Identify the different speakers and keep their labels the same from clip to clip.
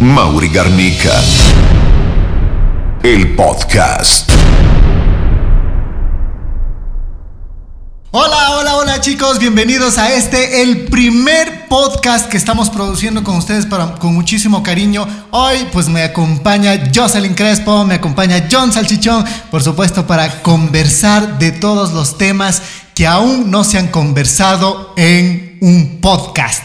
Speaker 1: Mauri Garnica. El podcast.
Speaker 2: Hola, hola, hola chicos, bienvenidos a este, el primer podcast que estamos produciendo con ustedes para, con muchísimo cariño. Hoy pues me acompaña Jocelyn Crespo, me acompaña John Salchichón, por supuesto, para conversar de todos los temas que aún no se han conversado en un podcast.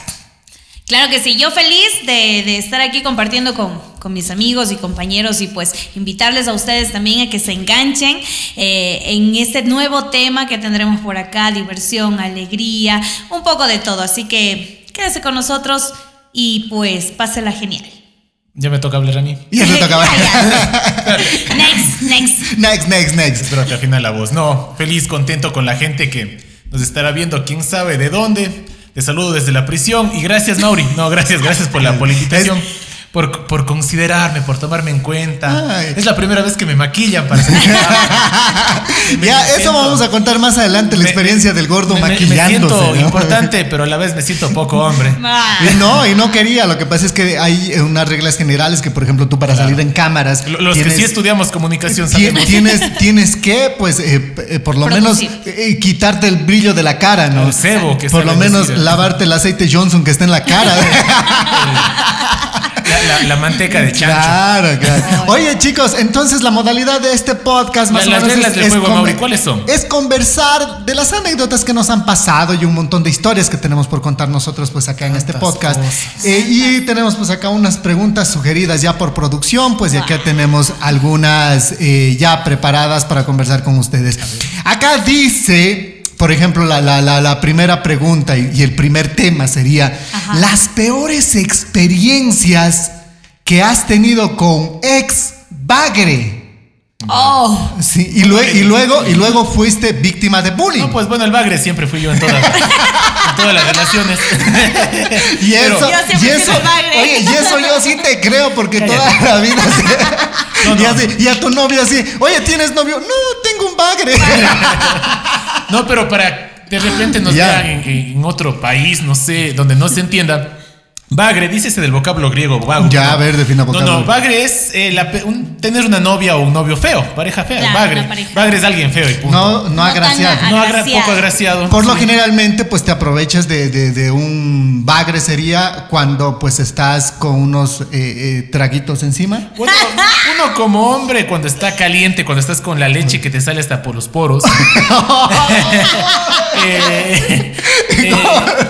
Speaker 3: Claro que sí, yo feliz de, de estar aquí compartiendo con, con mis amigos y compañeros y pues invitarles a ustedes también a que se enganchen eh, en este nuevo tema que tendremos por acá, diversión, alegría, un poco de todo. Así que quédese con nosotros y pues pásela genial.
Speaker 4: Ya me toca hablar a mí.
Speaker 2: Y eso te acaba-
Speaker 3: next, next.
Speaker 2: Next, next, next.
Speaker 4: Espero que afina la voz. No, feliz, contento con la gente que nos estará viendo, quién sabe de dónde. Te saludo desde la prisión y gracias, Mauri. No, gracias, gracias por la politización. Por, por considerarme, por tomarme en cuenta.
Speaker 2: Ay.
Speaker 4: Es la primera vez que me maquillan para hacer mi trabajo. Me
Speaker 2: Ya,
Speaker 4: siento-
Speaker 2: eso vamos a contar más adelante, la
Speaker 4: me-
Speaker 2: experiencia del gordo
Speaker 4: me- me-
Speaker 2: maquillándose.
Speaker 4: Me siento
Speaker 2: ¿no?
Speaker 4: importante, pero a la vez me siento poco hombre.
Speaker 3: Ah,
Speaker 2: Y No, y no quería. Lo que pasa es que hay eh, unas reglas generales que, por ejemplo, tú para salir en cámaras.
Speaker 4: Lo- Los que sí estudiamos comunicación
Speaker 2: ti-
Speaker 4: sabemos.
Speaker 2: Tienes, tienes que, pues, eh, p- eh, por lo
Speaker 3: Producir.
Speaker 2: menos eh, quitarte el brillo de la cara, ¿no?
Speaker 4: El cebo que
Speaker 2: por
Speaker 4: está
Speaker 2: lo
Speaker 4: bendecido.
Speaker 2: menos lavarte el aceite Johnson que está en la cara.
Speaker 4: La, la- la manteca de chancho.
Speaker 2: claro, claro. Oye, chicos, entonces la modalidad de este podcast más
Speaker 4: La-
Speaker 2: o
Speaker 4: las
Speaker 2: menos
Speaker 4: reglas
Speaker 2: es,
Speaker 4: del
Speaker 2: es
Speaker 4: juego,
Speaker 2: conver-
Speaker 4: Mauri, ¿cuáles son?
Speaker 2: Es conversar de las anécdotas que nos han pasado y un montón de historias que tenemos por contar nosotros pues acá en este
Speaker 4: Tantas
Speaker 2: podcast.
Speaker 4: cosas.
Speaker 2: Eh, y tenemos pues acá unas preguntas sugeridas ya por producción, pues ya acá tenemos algunas eh, ya preparadas para conversar con ustedes. Acá dice, por ejemplo, la, la- la- la primera pregunta y, y el primer tema sería
Speaker 3: Ajá.
Speaker 2: las peores experiencias que has tenido con ex bagre.
Speaker 3: Oh,
Speaker 2: Sí, y, lue- y luego y luego fuiste víctima de bullying.
Speaker 4: No, pues bueno, el bagre siempre fui yo en todas, en todas las relaciones.
Speaker 2: y eso,
Speaker 3: Yo
Speaker 2: y
Speaker 3: siempre fui
Speaker 2: eso,
Speaker 3: del bagre.
Speaker 2: oye, y eso yo sí te creo porque toda la vida se-
Speaker 4: No, no.
Speaker 2: Y, así- y a tu novia así, "Oye, ¿tienes novio?" "No, tengo un bagre."
Speaker 4: No, pero para de repente nos
Speaker 2: Ya.
Speaker 4: vean en, en otro país, no sé, donde no se entienda. Bagre, dícese del vocablo griego, vago.
Speaker 2: Ya,
Speaker 4: ¿no?
Speaker 2: a ver, defina
Speaker 4: No,
Speaker 2: vocablo.
Speaker 4: no, bagre es eh, la pe- un- tener una novia o un novio feo, pareja fea.
Speaker 3: Claro,
Speaker 4: bagre.
Speaker 3: una pareja.
Speaker 4: Bagre es alguien feo y punto.
Speaker 2: No, no agraciado.
Speaker 3: tan
Speaker 4: No agra-
Speaker 3: agraciado.
Speaker 4: poco agraciado.
Speaker 2: Por lo
Speaker 4: Sí.
Speaker 2: generalmente, pues te aprovechas de, de- de un bagre sería cuando pues estás con unos eh, eh, traguitos encima.
Speaker 4: Bueno, uno como hombre, cuando está caliente, cuando estás con la leche que te sale hasta por los poros. Eh, eh,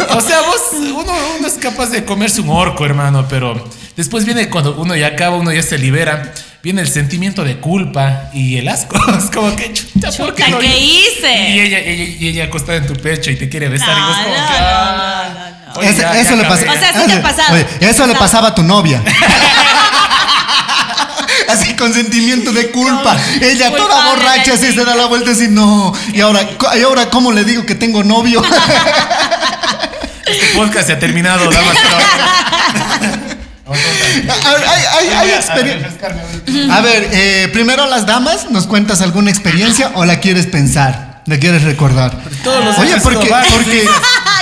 Speaker 4: o sea, vos, uno, uno es capaz de comerse un orco, hermano, pero después viene cuando uno ya acaba, uno ya se libera, viene el sentimiento de culpa y el asco. Es como que chuta, ¿por qué
Speaker 3: Chuta,
Speaker 4: no?
Speaker 3: ¿qué hice?
Speaker 4: Y ella, ella, y ella acostada en tu pecho y te quiere besar. y vos
Speaker 3: No,
Speaker 4: como
Speaker 3: no,
Speaker 4: que,
Speaker 3: no,
Speaker 4: ah,
Speaker 3: no,
Speaker 4: oye,
Speaker 2: Eso-
Speaker 4: ya-
Speaker 2: eso
Speaker 4: ya
Speaker 2: le
Speaker 4: acabé.
Speaker 2: pasaba.
Speaker 3: O sea, sí te
Speaker 2: Oye,
Speaker 3: pasaba.
Speaker 2: oye, eso le
Speaker 3: Pasaba.
Speaker 2: pasaba a tu novia. Así con sentimiento de culpa. Ella
Speaker 3: Culpable,
Speaker 2: toda borracha así se da la vuelta así, no. Y ahora, cu- y ahora ¿cómo le digo que tengo novio?
Speaker 4: Este podcast se ha terminado, damas y caballeros. Vamos, vamos,
Speaker 2: hay hay, hay
Speaker 4: voy a- a
Speaker 2: experien-
Speaker 4: refrescarme ahorita.
Speaker 2: A ver, eh, primero las damas, ¿nos cuentas alguna experiencia o la quieres pensar? ¿La quieres recordar?
Speaker 4: Todos los
Speaker 2: oye,
Speaker 4: días
Speaker 2: porque,
Speaker 4: esto va,
Speaker 2: porque,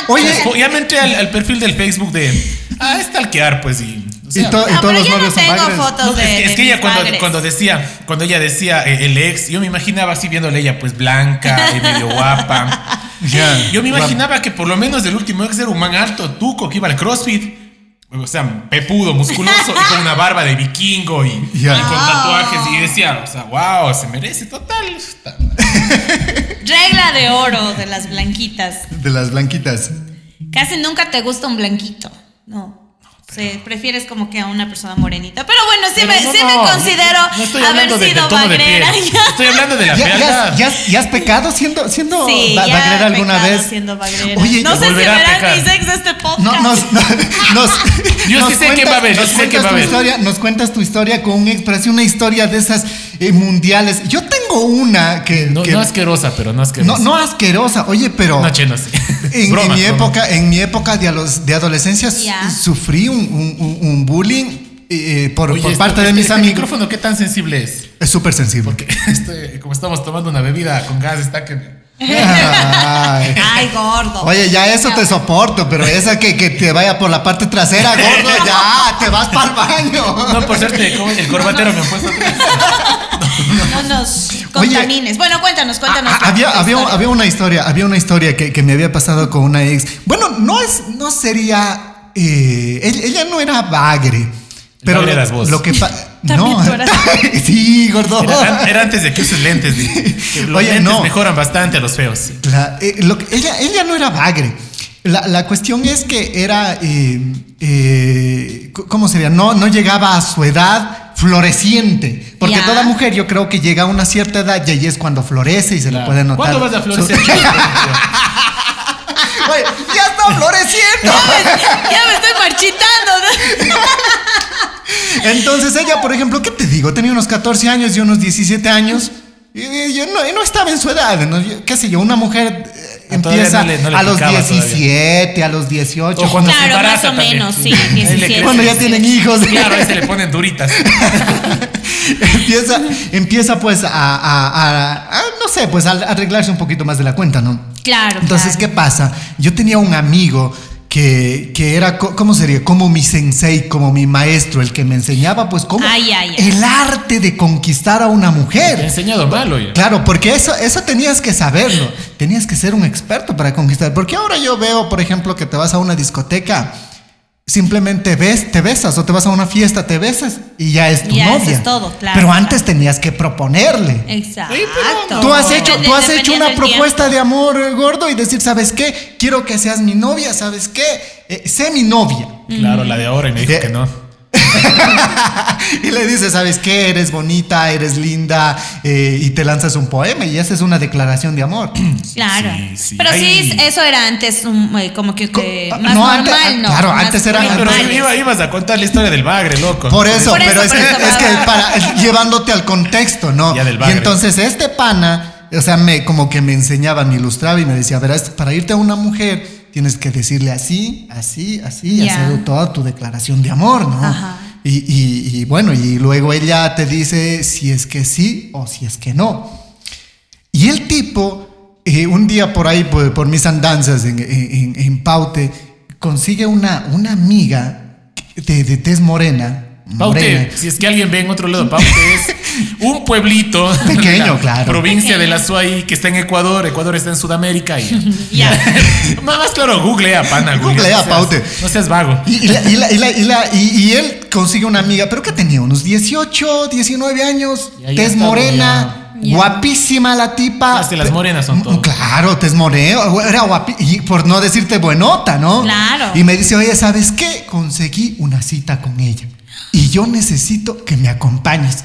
Speaker 2: oye,
Speaker 4: Pues, ya me entré al, al perfil del Facebook de. Ah, es talquear, pues. Y, o sea,
Speaker 2: y, to- y todos
Speaker 3: No, Ah, pero
Speaker 2: los
Speaker 3: yo no
Speaker 2: novios son
Speaker 3: tengo
Speaker 2: bagres.
Speaker 3: fotos
Speaker 4: no,
Speaker 3: de.
Speaker 4: es que, es
Speaker 3: de
Speaker 4: que ella
Speaker 3: mis
Speaker 4: cuando,
Speaker 3: bagres.
Speaker 4: cuando decía, cuando ella decía eh, el ex, yo me imaginaba así viéndole ella, pues blanca, eh, medio guapa.
Speaker 2: Ya.
Speaker 4: Yo me imaginaba que por lo menos el último ex era un man alto, tuco, que iba al CrossFit. O sea, pepudo, musculoso, y con una barba de vikingo y,
Speaker 2: Ya.
Speaker 4: y con
Speaker 3: Ah.
Speaker 4: tatuajes. Y decía, o sea, wow, se merece total.
Speaker 3: Regla de oro de las blanquitas.
Speaker 2: De las blanquitas.
Speaker 3: Casi nunca te gusta un blanquito. No. Se prefieres como que a una persona morenita. Pero bueno, sí,
Speaker 4: Pero
Speaker 3: me,
Speaker 4: no,
Speaker 3: sí
Speaker 4: no,
Speaker 3: me
Speaker 4: no,
Speaker 3: considero
Speaker 4: no estoy
Speaker 3: haber
Speaker 4: hablando de- del
Speaker 3: sido
Speaker 4: tono de piel.
Speaker 3: bagrera.
Speaker 4: Estoy hablando de la
Speaker 2: ¿Ya,
Speaker 4: fealdad.
Speaker 2: ya, ya, ya has pecado siendo, siendo
Speaker 3: Sí,
Speaker 2: ba-
Speaker 3: ya
Speaker 2: bagrera
Speaker 3: he
Speaker 2: alguna
Speaker 3: pecado
Speaker 2: vez?
Speaker 3: siendo bagrera.
Speaker 2: Oye,
Speaker 3: no sé si
Speaker 4: volverá a
Speaker 3: verán
Speaker 4: pecar.
Speaker 3: mis ex de este podcast.
Speaker 2: No, nos, no- nos,
Speaker 4: Yo sí
Speaker 2: nos
Speaker 4: sé que va a haber, yo
Speaker 2: nos
Speaker 4: sí sé que
Speaker 2: cuentas
Speaker 4: va
Speaker 2: tu
Speaker 4: a haber.
Speaker 2: historia, nos cuentas tu historia con un ex, pero así una historia de esas eh, mundiales. Yo tengo una que
Speaker 4: No,
Speaker 2: que-
Speaker 4: no asquerosa, pero no
Speaker 2: no,
Speaker 4: asquerosa.
Speaker 2: no asquerosa. Oye, pero
Speaker 4: No, che, no sé.
Speaker 2: en,
Speaker 4: Broma,
Speaker 2: en mi
Speaker 4: broma.
Speaker 2: época, en mi época de, alos- de adolescencia su-
Speaker 3: Ya.
Speaker 2: sufrí un, un- un- un bullying eh, eh, por,
Speaker 4: Oye,
Speaker 2: por
Speaker 4: esto-
Speaker 2: parte de
Speaker 4: este-
Speaker 2: mis
Speaker 4: este
Speaker 2: amigos.
Speaker 4: micrófono qué tan sensible es?
Speaker 2: Es súper sensible.
Speaker 4: Porque este, como estamos tomando una bebida con gas, está que
Speaker 2: Ay.
Speaker 3: Ay, gordo.
Speaker 2: Oye, ya eso te soporto, pero esa que, que te vaya por la parte trasera, gordo, ya, te vas para el baño.
Speaker 4: No, por suerte, como el corbatero me ha puesto atrás.
Speaker 3: No nos contamines. bueno, cuéntanos, cuéntanos.
Speaker 2: Ah,
Speaker 3: tu-
Speaker 2: había,
Speaker 3: tu
Speaker 2: había,
Speaker 3: historia.
Speaker 2: había una historia, había una historia que, que me había pasado con una ex. Bueno, no es, no sería. eh, él- ella, no era bagre. Pero
Speaker 4: Bagre
Speaker 2: lo,
Speaker 4: eras vos.
Speaker 2: lo que pa-
Speaker 3: También
Speaker 2: no.
Speaker 3: tú eras.
Speaker 2: sí, gordo.
Speaker 4: Era, era antes de que uses lentes. di. Que Los
Speaker 2: Oye,
Speaker 4: lentes
Speaker 2: no.
Speaker 4: mejoran bastante a los feos.
Speaker 2: La- eh, lo que- ella, ella no era bagre. La, la cuestión es que era, eh, eh, c- ¿cómo sería? No, no llegaba a su edad floreciente. Porque
Speaker 3: Ya.
Speaker 2: toda mujer yo creo que llega a una cierta edad y ahí es cuando florece y se le puede notar.
Speaker 4: ¿Cuándo vas a florecer?
Speaker 2: Güey, ¡Ya está floreciendo!
Speaker 3: Ya me estoy marchitando. ¿no?
Speaker 2: Entonces ella, por ejemplo, ¿qué te digo? Tenía unos 14 años y unos 17 años. Y, y yo no, y no estaba en su edad. ¿no? Yo- ¿Qué sé yo? Una mujer eh,
Speaker 4: Ah, todavía
Speaker 2: empieza
Speaker 4: no le- no le
Speaker 2: a los
Speaker 4: picaba todavía.
Speaker 2: 17, a los 18.
Speaker 4: O cuando se
Speaker 3: Claro, más
Speaker 4: embaraza
Speaker 3: o
Speaker 4: también.
Speaker 3: menos, sí,
Speaker 4: Ahí le
Speaker 3: 17.
Speaker 4: crece.
Speaker 2: Cuando ya tienen hijos.
Speaker 4: Claro, ahí se le ponen duritas.
Speaker 2: empieza, empieza pues a, a- a- a- no sé, pues a arreglarse un poquito más de la cuenta, ¿no?
Speaker 3: Claro.
Speaker 2: Entonces, ¿qué
Speaker 3: claro.
Speaker 2: pasa? Yo tenía un amigo que, que era, co- ¿cómo sería? Como mi sensei, como mi maestro, el que me enseñaba, pues, cómo
Speaker 3: Ay, ay, ay.
Speaker 2: el arte de conquistar a una
Speaker 4: Me ha
Speaker 2: mujer.
Speaker 4: enseñado mal, oye.
Speaker 2: Claro, porque eso, eso tenías que saberlo. Tenías que ser un experto para conquistar. Porque ahora yo veo, por ejemplo, que te vas a una discoteca, simplemente ves, te besas, o te vas a una fiesta, te besas y ya es tu
Speaker 3: Ya, eso
Speaker 2: novia.
Speaker 3: es todo, claro,
Speaker 2: Pero
Speaker 3: claro.
Speaker 2: antes tenías que proponerle.
Speaker 3: Exacto.
Speaker 2: Tú has hecho, tú
Speaker 3: Depende-
Speaker 2: has hecho
Speaker 3: dependiendo
Speaker 2: una
Speaker 3: del tiempo.
Speaker 2: propuesta de amor eh, gordo y decir, ¿sabes qué? Quiero que seas mi novia, ¿sabes qué? Eh, sé mi novia.
Speaker 4: Claro,
Speaker 3: Mm.
Speaker 4: la de ahora y me dijo
Speaker 2: ¿Qué?
Speaker 4: que no.
Speaker 2: Y le dices, ¿sabes qué? Eres bonita, eres linda, eh, y te lanzas un poema y haces una declaración de amor.
Speaker 3: Claro.
Speaker 4: Sí, sí.
Speaker 3: Pero sí,
Speaker 4: Ay.
Speaker 3: eso era antes um, eh, como que, que
Speaker 2: Co- ah,
Speaker 3: más
Speaker 2: no,
Speaker 3: normal,
Speaker 2: antes-
Speaker 3: ¿no?
Speaker 2: claro,
Speaker 3: Más
Speaker 2: antes era-
Speaker 4: Pero
Speaker 3: normales.
Speaker 4: sí, iba, ibas a contar la historia del bagre, loco.
Speaker 2: Por eso,
Speaker 3: Por eso,
Speaker 2: pero es,
Speaker 3: por
Speaker 2: que,
Speaker 3: eso,
Speaker 2: es que
Speaker 3: va, va.
Speaker 2: para es llevándote al contexto, ¿no?
Speaker 4: Ya del
Speaker 2: y
Speaker 4: bagre.
Speaker 2: entonces este pana, o sea, me como que me enseñaba, me ilustraba y me decía, verás, para irte a una mujer tienes que decirle así, así, así,
Speaker 3: Ya.
Speaker 2: hacer toda tu declaración de amor, ¿no?
Speaker 3: Ajá.
Speaker 2: Y, y- y bueno, y luego ella te dice si es que sí o si es que no. Y el tipo, eh, un día por ahí, por, por mis andanzas en, en- en- en Paute, consigue una, una amiga de, de tez morena.
Speaker 4: Paute,
Speaker 2: morena.
Speaker 4: si es que alguien ve en otro lado, Paute es un pueblito.
Speaker 2: Pequeño,
Speaker 4: la
Speaker 2: claro.
Speaker 4: Provincia de la Suay, que está en Ecuador. Ecuador está en Sudamérica. Y,
Speaker 3: Ya.
Speaker 4: más, más claro, googlea, pana.
Speaker 2: Googlea,
Speaker 4: no seas-
Speaker 2: Paute.
Speaker 4: No seas vago.
Speaker 2: Y, y la- y la- y la- y la- y- y él consigue una amiga, pero que tenía unos 18, 19 años,
Speaker 4: Ya, ya
Speaker 2: tez
Speaker 4: está,
Speaker 2: morena,
Speaker 3: ya. Ya.
Speaker 2: guapísima la tipa.
Speaker 4: Las que las morenas son todo.
Speaker 2: Claro, tez morena, era guapi, y por no decirte buenota, ¿no?
Speaker 3: Claro.
Speaker 2: Y me dice, oye, ¿sabes qué? Conseguí una cita con ella y yo necesito que me acompañes.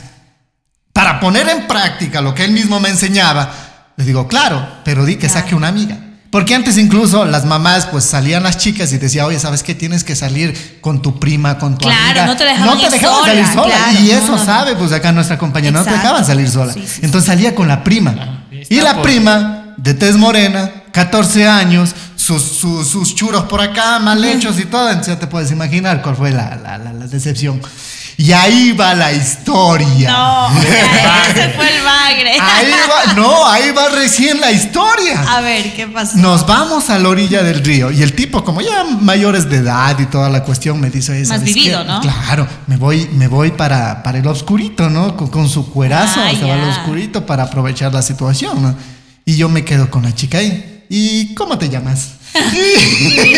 Speaker 2: Para poner en práctica lo que él mismo me enseñaba, le digo, claro, pero di que
Speaker 3: Claro.
Speaker 2: saque una amiga. Porque antes incluso las mamás pues salían las chicas y decía, oye, ¿sabes qué? Tienes que salir con tu prima, con tu
Speaker 3: Claro,
Speaker 2: amiga.
Speaker 3: no te dejaban ir sola,
Speaker 2: salir sola.
Speaker 3: claro,
Speaker 2: y
Speaker 3: no,
Speaker 2: eso
Speaker 3: no, no.
Speaker 2: sabe pues acá nuestra compañía, no te
Speaker 3: Exacto.
Speaker 2: dejaban salir sola.
Speaker 3: Sí, sí, sí.
Speaker 2: Entonces salía con la prima.
Speaker 4: ahí está,
Speaker 2: y la
Speaker 4: por-
Speaker 2: prima de tez morena, 14 años, sus, sus, sus churos por acá, mal hechos y todo. Entonces ya te puedes imaginar cuál fue la, la, la- la decepción. Y ahí va la historia.
Speaker 3: No, o sea, ese fue el bagre.
Speaker 2: Ahí va, no, ahí va recién la historia.
Speaker 3: A ver, ¿qué pasó?
Speaker 2: Nos vamos a la orilla del río y el tipo, como ya mayores de edad y toda la cuestión, me dice, "Oye,
Speaker 3: Más
Speaker 2: ¿sabes qué?
Speaker 3: vivido, ¿no?
Speaker 2: Claro, me voy, me voy para, para el oscurito, ¿no? Con, con su cuerazo,
Speaker 3: Ah,
Speaker 2: se va al
Speaker 3: ya.
Speaker 2: oscurito para aprovechar la situación, ¿no? Y yo me quedo con la chica ahí. ¿Y cómo te llamas? y, y-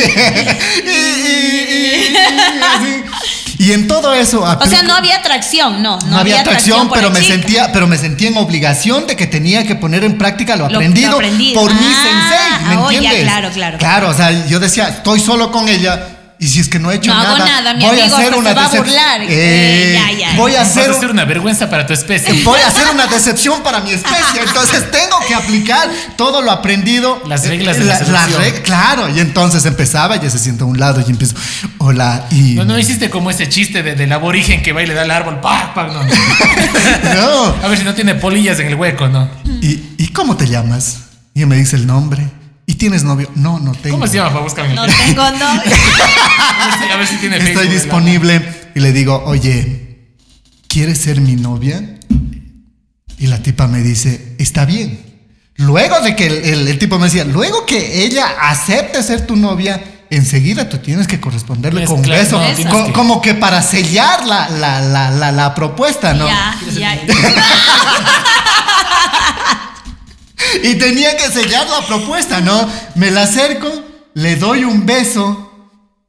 Speaker 2: y- así. Y en todo eso...
Speaker 3: O sea,
Speaker 2: aplico-
Speaker 3: no había atracción, no. No,
Speaker 2: no había atracción,
Speaker 3: por
Speaker 2: pero
Speaker 3: la
Speaker 2: me
Speaker 3: chica.
Speaker 2: sentía, pero me sentía en obligación de que tenía que poner en práctica lo
Speaker 3: Lo- lo
Speaker 2: aprendido,
Speaker 3: aprendido.
Speaker 2: por mi
Speaker 3: Ah,
Speaker 2: sensei, ¿me
Speaker 3: oh, ya,
Speaker 2: entiendes?
Speaker 3: claro, claro.
Speaker 2: Claro, o sea, yo decía, estoy solo con ella. Y si es que no he hecho
Speaker 3: No
Speaker 2: nada,
Speaker 3: hago nada, mi
Speaker 2: voy
Speaker 3: amigo
Speaker 2: a hacer
Speaker 3: hasta
Speaker 2: una
Speaker 3: se va a
Speaker 2: decep-
Speaker 3: burlar.
Speaker 2: Eh,
Speaker 3: Eh, ya, ya.
Speaker 2: Voy a
Speaker 4: Vas
Speaker 2: hacer
Speaker 4: a ser una vergüenza para tu especie.
Speaker 2: voy a hacer una decepción para mi especie, entonces tengo que aplicar todo lo aprendido.
Speaker 4: Las reglas de la seducción.
Speaker 2: reg- claro, y entonces empezaba, ya se sienta a un lado y empiezo, hola, y
Speaker 4: No, no hiciste como ese chiste de- del aborigen que va y le da al árbol. ¡pac, pac! No, no.
Speaker 2: no.
Speaker 4: A ver si no tiene polillas en el hueco, ¿no?
Speaker 2: ¿Y, ¿Y cómo te llamas? Y me dice el nombre. ¿Y tienes novio? No, no tengo.
Speaker 4: ¿Cómo se llama? Para buscarme.
Speaker 3: No tengo novio.
Speaker 4: A ver si tiene
Speaker 2: Estoy
Speaker 4: Facebook, ¿no?
Speaker 2: disponible. Y le digo, oye, ¿quieres ser mi novia? Y la tipa me dice, está bien. Luego de que el, el- el tipo me decía, luego que ella acepte ser tu novia, enseguida tú tienes que corresponderle
Speaker 4: Es
Speaker 2: con
Speaker 4: claro,
Speaker 2: eso.
Speaker 3: no, tienes
Speaker 2: Co-
Speaker 4: que-
Speaker 2: Como que para sellar la, la- la- la- la propuesta, ¿no?
Speaker 3: Ya, ya.
Speaker 2: Y tenía que sellar la propuesta, ¿no? Me la acerco, le doy un beso.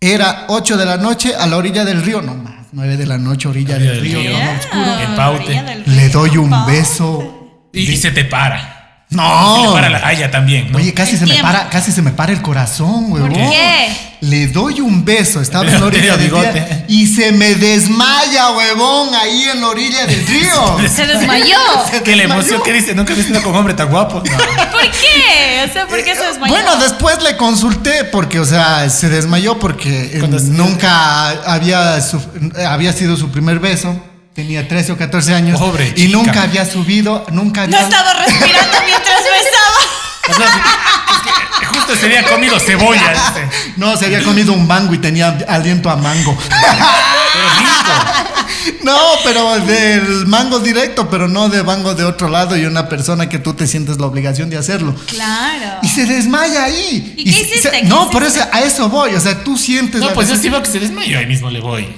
Speaker 2: Era 8 de la noche a la orilla del río. No más, 9 de la noche, orilla del río.
Speaker 4: río,
Speaker 3: Ya,
Speaker 4: oscuro.
Speaker 3: orilla
Speaker 4: En Paute.
Speaker 3: del
Speaker 2: Le doy un
Speaker 3: Paute.
Speaker 2: beso.
Speaker 4: Y, y se te para. Se
Speaker 2: No.
Speaker 4: le para la haya también, ¿no?
Speaker 2: Oye, casi
Speaker 3: El
Speaker 2: se, me
Speaker 3: tiempo.
Speaker 2: para, casi se me para el corazón, huevón.
Speaker 3: qué?
Speaker 2: Le doy un beso, estaba en la orilla
Speaker 4: Tenía
Speaker 2: del río
Speaker 4: bigote.
Speaker 2: y se me desmaya, huevón, ahí en la orilla del río.
Speaker 3: Se desmayó.
Speaker 4: que la emoción
Speaker 2: desmayó.
Speaker 4: que dice, nunca he visto con hombre tan guapo. No.
Speaker 3: ¿Por qué? O sea, ¿por qué se desmayó?
Speaker 2: Eh, Bueno, después le consulté porque, o sea, se desmayó porque eh,
Speaker 4: Cuando se-
Speaker 2: nunca había, suf- eh, había sido su primer beso. Tenía 13 o 14 años.
Speaker 4: Pobre
Speaker 2: y
Speaker 4: chica.
Speaker 2: nunca había subido, nunca
Speaker 3: no
Speaker 2: había...
Speaker 3: estaba respirando mientras besaba.
Speaker 4: O sea, es que justo se había comido cebolla. dice.
Speaker 2: No, se había comido un mango y tenía aliento a mango.
Speaker 4: Pero rico.
Speaker 2: No, pero del mango directo, pero no de mango de otro lado y una persona que tú te sientes la obligación de hacerlo.
Speaker 3: Claro.
Speaker 2: Y se desmaya ahí.
Speaker 3: ¿Y qué
Speaker 2: se-
Speaker 3: hiciste?
Speaker 2: se-
Speaker 3: ¿Qué
Speaker 2: no,
Speaker 3: hiciste?
Speaker 2: por eso a eso voy. O sea, tú sientes.
Speaker 4: No,
Speaker 2: la
Speaker 4: pues yo
Speaker 2: necesidad-
Speaker 4: sí veo que se desmayó, ahí mismo le voy.